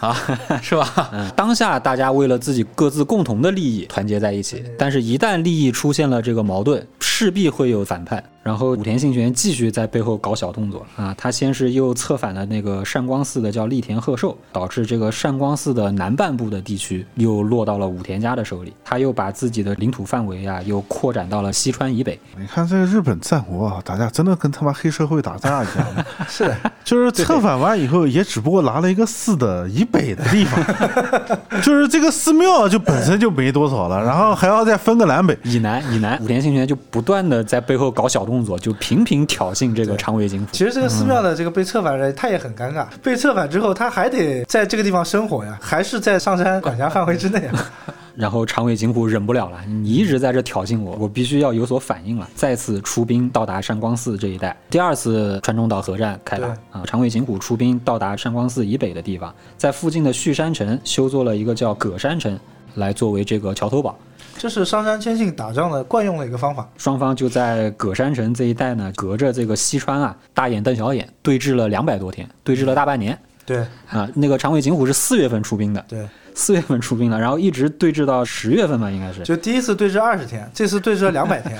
啊， <laughs> 是 <laughs> 吧？嗯，当下大家为了自己各自共同的利益团结在一起，但是一旦利益出现了这个矛盾，势必会有反叛。然后武田信玄继续在背后搞小动作啊，他先是又策反了那个善光寺的叫立田贺寿，导致这个善光寺的南半部的地区又落到了武田家的手里。他又把自己的领土范围啊，又扩展到了西川以北。嗯你看这个日本战国啊，打架真的跟他妈黑社会打架一样，是的，就是策反完以后，也只不过拿了一个寺的以北的地方， <laughs> 就是这个寺庙就本身就没多少了，然后还要再分个南北。以南，以南，武田信玄就不断的在背后搞小动作，就频频挑衅这个长尾景其实这个寺庙的这个被策反人，他也很尴尬。被策反之后，他还得在这个地方生活呀，还是在上山管辖范围之内 <laughs> 啊。然后长尾景虎忍不了了，你一直在这挑衅我，我必须要有所反应了，再次出兵到达山光寺这一带。第二次川中岛核战开打啊，长尾景虎出兵到达山光寺以北的地方，在附近的旭山城修做了一个叫葛山城，来作为这个桥头堡。这是上山千信打仗的惯用的一个方法。双方就在葛山城这一带呢，隔着这个西川啊，大眼瞪小眼，对峙了两百多天，对峙了大半年对啊。那个长尾景虎是四月份出兵的，对，四月份出兵的，然后一直对峙到十月份吧，应该是。就第一次对峙二十天，这次对峙了两百天，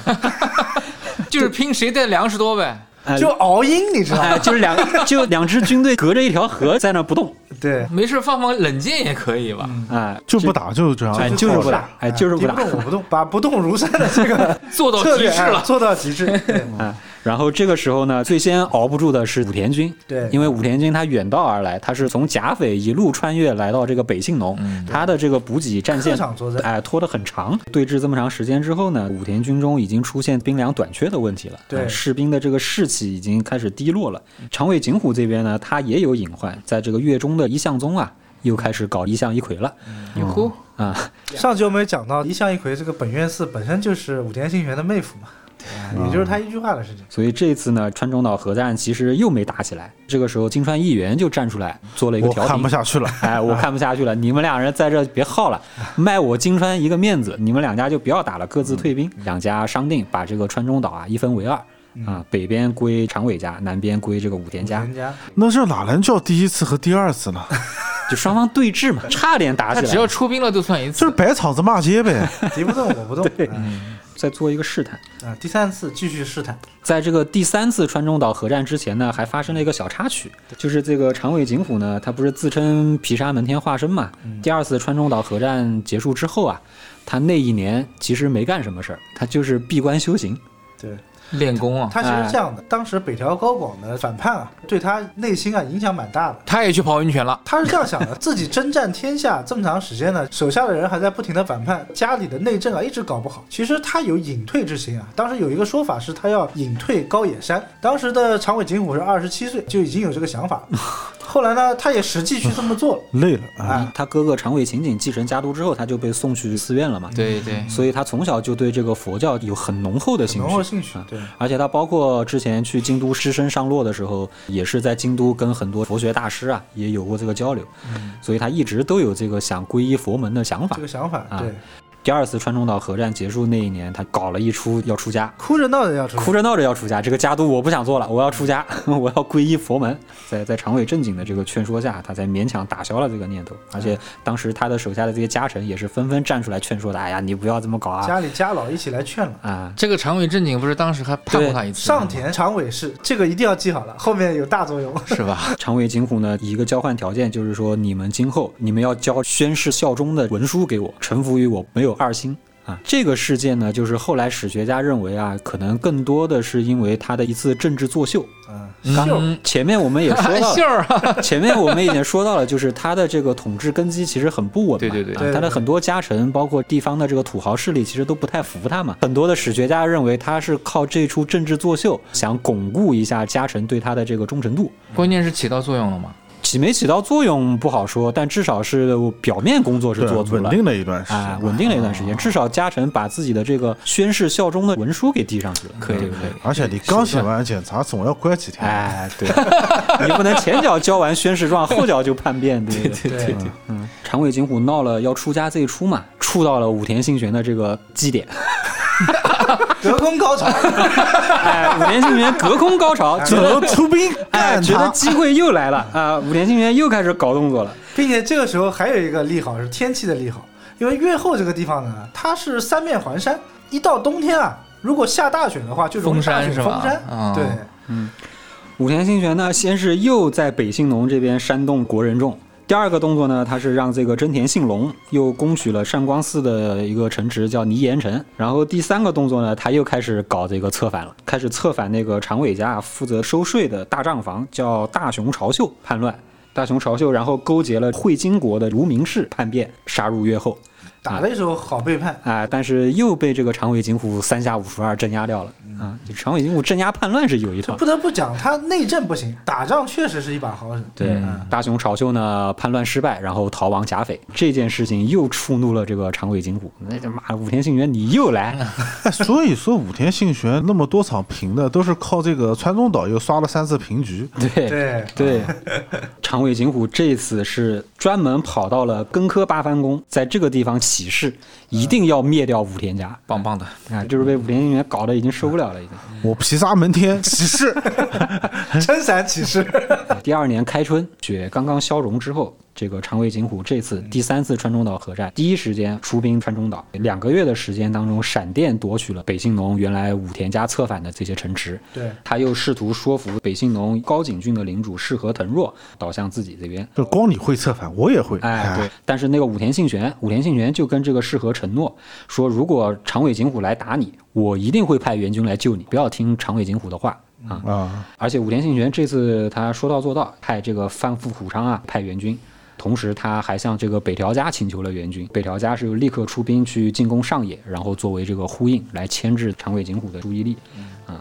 就是拼谁带粮食多呗。 <laughs> 哎就熬鹰，你知道吗？ <laughs> 哎，就是两就两支军队隔着一条河在那不动，对，没事放放冷箭也可以吧，嗯哎，就不打，就这样。哎，就是不打，哎，就是不打敌，不动我不动，把不动如山 <laughs> 的这个做到策极略致哎了。做到极致。对哎。然后这个时候呢，最先熬不住的是武田军，对因为武田军他远道而来，他是从甲斐一路穿越来到这个北信浓，他的这个补给战嗯线客场作战哎拖得很长。对峙这么长时间之后呢，武田军中已经出现兵粮短缺的问题了，对哎士兵的这个士气已经开始低落了。长尾景虎这边呢，他也有隐患，在这个越中的一向宗啊，又开始搞一向一揆了哟呼，啊。上集我们也讲到，一向一葵这个本院寺本身就是武田信玄的妹夫嘛，嗯对，也就是他一句话的事情。所以这次呢，川中岛核战其实又没打起来。这个时候，金川议员就站出来做了一个我调看不停。下去了，哎，我看不下去了，你们俩人在这别耗了，卖我金川一个面子，你们两家就不要打了，各自嗯退兵。两家商定把这个川中岛啊一分为二。啊，北边归长尾家，南边归这个武田家，人家那这哪能叫第一次和第二次 <laughs> 呢？就双方对峙嘛，差点打他起只来要，出兵了就算一就次是。摆场子骂街呗。敌不动我不动 <laughs> 嗯在做一个试探。啊！第三次继续试探，在这个第三次川中岛核战之前呢，还发生了一个小插曲，就是这个长尾景虎呢，他不是自称毗沙门天化身嘛？第二次川中岛核战结束之后啊，他那一年其实没干什么事儿，他就是闭关修行。对练功啊，他其实是这样的，当时北条高广的反叛啊，对他内心啊影响蛮大的。他也去泡温泉了。他是这样想的：自己征战天下这么长时间呢，手下的人还在不停的反叛，家里的内政啊一直搞不好。其实他有隐退之心啊。当时有一个说法是他要隐退高野山，当时的长尾景虎是二十七岁就已经有这个想法了。后来呢，他也实际去这么做了。累了啊，啊，嗯他哥哥长尾晴景继承家督之后，他就被送去寺院了嘛。对对，所以他从小就对这个佛教有很浓厚的兴浓趣厚。兴趣，对，而且他包括之前去京都师生上洛的时候，也是在京都跟很多佛学大师啊也有过这个交流，所以他一直都有这个想皈依佛门的想嗯法这个。想法，啊对，第二次川中岛核战结束那一年，他搞了一出要出家，哭着闹着要出去，哭着闹着要出家，这个家督我不想做了，我要出家， <laughs> 我要皈依佛门。在在长尾正经的这个劝说下，他才勉强打消了这个念头。嗯而且当时他的手下的这些家臣也是纷纷站出来劝说他，哎呀，你不要这么搞啊家里家老一起来劝了。啊！这个长尾正景不是当时还判过他一次上田长尾氏，这个一定要记好了，后面有大作用。是 <laughs> 吧？长尾景虎呢，一个交换条件就是说，你们今后你们要交宣誓效忠的文书给我，臣服于我，没有二心。啊，这个事件呢，就是后来史学家认为啊，可能更多的是因为他的一次政治作秀。嗯，刚前面我们也说 <laughs> 到杏了，儿啊，前面我们已经说到了，就是他的这个统治根基其实很不稳嘛，对对对啊对对他的很多家臣，包括地方的这个土豪势力，其实都不太服他嘛。很多的史学家认为他是靠这出政治作秀，想巩固一下家臣对他的这个忠诚度。关键是起到作用了吗？起没起到作用不好说，但至少是表面工作是对做足稳了。定了一段时啊间，，稳定了一段时间，至少家臣把自己的这个宣誓效忠的文书给递上去了，可以对不可对以？而且你刚写完检查，总要关几天。哎，对， <laughs> 你不能前脚交完宣誓状，后脚就叛变，对不对？对，嗯，长尾景虎闹了要出家这一出嘛，触到了武田信玄的这个基点。德空高潮，哎，武田信玄隔空高潮，觉走得出兵哎，干觉得他！机会又来了啊！武田信玄又开始搞动作了。并且这个时候还有一个利好是天气的利好，因为越后这个地方呢，它是三面环山，一到冬天啊，如果下大雪的话，就容易封大山雪是吧封山，啊对，武田信玄呢，先是又在北信农这边煽动国人众。第二个动作呢，他是让这个真田信隆又攻取了上光寺的一个城池，叫泥岩城。然后第三个动作呢，他又开始搞这个策反了，开始策反那个长尾家负责收税的大账房，叫大熊朝秀叛乱。大熊朝秀然后勾结了会津国的如明氏叛变，杀入越后。打的时候好背叛。啊、但是又被这个长尾景虎三下五除二镇压掉了啊！这长尾景虎镇压叛乱是有一就套，不得不讲，他内政不行，打仗确实是一把好手。对，大雄朝秀呢叛乱失败，然后逃亡甲斐，这件事情又触怒了这个长尾景虎。那他妈武田信玄你又来，哎，所以说武田信玄那么多场平的，都是靠这个川中岛又刷了三次平局。 <laughs> 对对，对，长尾景虎这次是专门跑到了根科八幡宫，在这个地方起誓，一定要灭掉武田家棒棒的。啊！就是被武田信玄搞得已经受不了了，已经。我毗沙门天起誓，撑伞起事。第二年开春，雪刚刚消融之后，这个长尾景虎这次第三次川中岛核战，第一时间出兵川中岛。两个月的时间当中，闪电夺取了北信农原来武田家策反的这些城池。对，他又试图说服北信农高井郡的领主适合藤若倒向自己这边。就光你会策反，我也会。哎，对，，但是那个武田信玄，武田信玄就跟这个适合承诺说，如果长尾景虎来打你，我一定会派援军来救你，不要听长尾景虎的话啊。啊，而且武田信玄这次他说到做到，派这个范富虎昌啊派援军，同时他还向这个北条家请求了援军。北条家是立刻出兵去进攻上野，然后作为这个呼应来牵制长尾景虎的注意力。啊，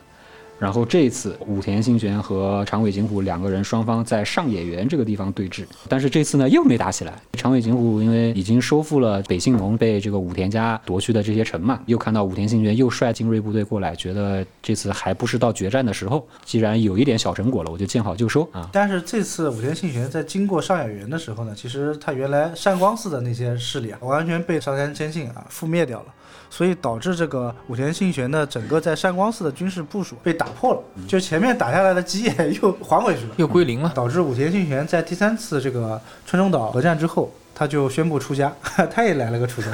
然后这一次武田信玄和长尾景虎两个人双方在上野原这个地方对峙，但是这次呢又没打起来。长尾景虎因为已经收复了北信农被这个武田家夺去的这些城嘛，又看到武田信玄又率精锐部队过来，觉得这次还不是到决战的时候，既然有一点小成果了，我就见好就收啊。但是这次武田信玄在经过上野原的时候呢，其实他原来善光寺的那些势力啊，完全被上杉谦信啊覆灭掉了，所以导致这个武田信玄的整个在善光寺的军事部署被打破了，就前面打下来的基业又还回去了，又归零了，导致武田信玄在第三次这个川中岛核战之后，他就宣布出家， <laughs> 他也来了个出家，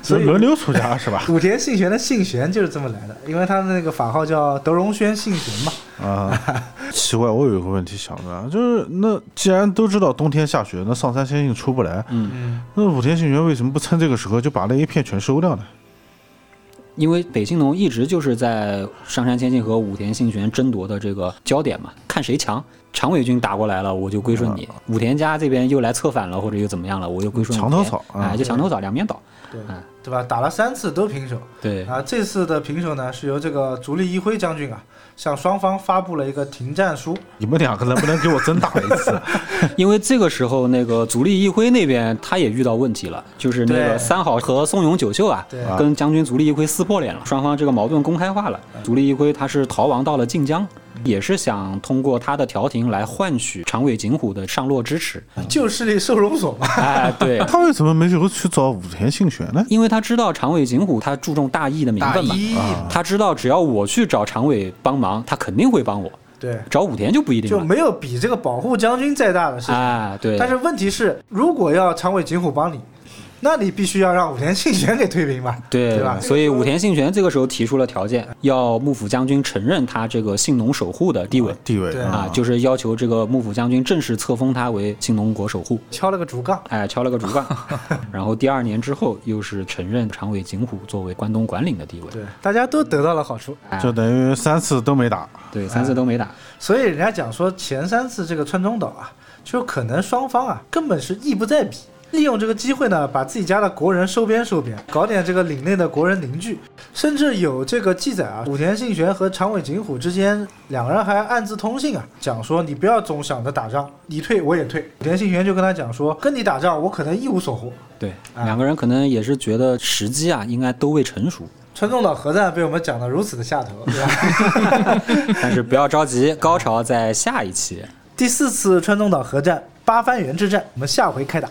就所以轮流出家是吧？ <laughs> 武田信玄的信玄就是这么来的，因为他的那个法号叫德容宣信玄嘛。啊，奇怪，我有一个问题想问啊，就是那既然都知道冬天下雪，那上山仙信出不来，嗯，那武田信玄为什么不趁这个时候就把那一片全收掉呢？因为北信农一直就是在上杉谦信和武田信玄争夺的这个焦点嘛，看谁强。长尾军打过来了，我就归顺你；武田家这边又来策反了，或者又怎么样了，我又归顺武田。墙头草啊哎，就墙头草，两边倒。哎对嗯，对吧？打了三次都平手对啊！这次的平手呢，是由这个足利义辉将军啊，向双方发布了一个停战书。你们两个能不能给我真打一次？因为这个时候那个足利义辉那边他也遇到问题了，就是那对个三好和松永久秀啊对，跟将军足利义辉撕破脸了，双方这个矛盾公开化了。足利义辉他是逃亡到了晋江。也是想通过他的调停来换取长尾景虎的上洛支持，旧势力收容所嘛，哎，对， <laughs> 他为什么没有去找武田信玄呢？因为他知道长尾景虎他注重大啊义的名打分嘛， <laughs> 一、他知道只要我去找长尾帮忙，他肯定会帮我，对，找武田就不一定就了。没有比这个保护将军再大的事情。哎，对，但是问题是，如果要长尾景虎帮你，那你必须要让武田信玄给推平吧？对对吧？所以武田信玄这个时候提出了条件，要幕府将军承认他这个信农守护的地位地位对啊，就是要求这个幕府将军正式册封他为信农国守护。敲了个竹杠，哎，敲了个竹 <laughs> 杠，然后第二年之后，又是承认长尾景虎作为关东管领的地位。对，大家都得到了好处。就等于三次都没打。对，三哎次都没打。所以人家讲说前三次这个川中岛啊，就可能双方啊根本是意不在彼，利用这个机会呢，把自己家的国人收编收编，搞点这个领内的国人凝聚，甚至有这个记载啊，武田信玄和长尾景虎之间两个人还暗自通信啊，讲说你不要总想着打仗，你退我也退。武田信玄就跟他讲说，跟你打仗我可能一无所获。对，两个人可能也是觉得时机啊，应该都未成熟。川中岛核战被我们讲得如此的下头，对吧？ <laughs> 但是不要着急，高潮在下一期。第四次川中岛核战八幡原之战，我们下回开打。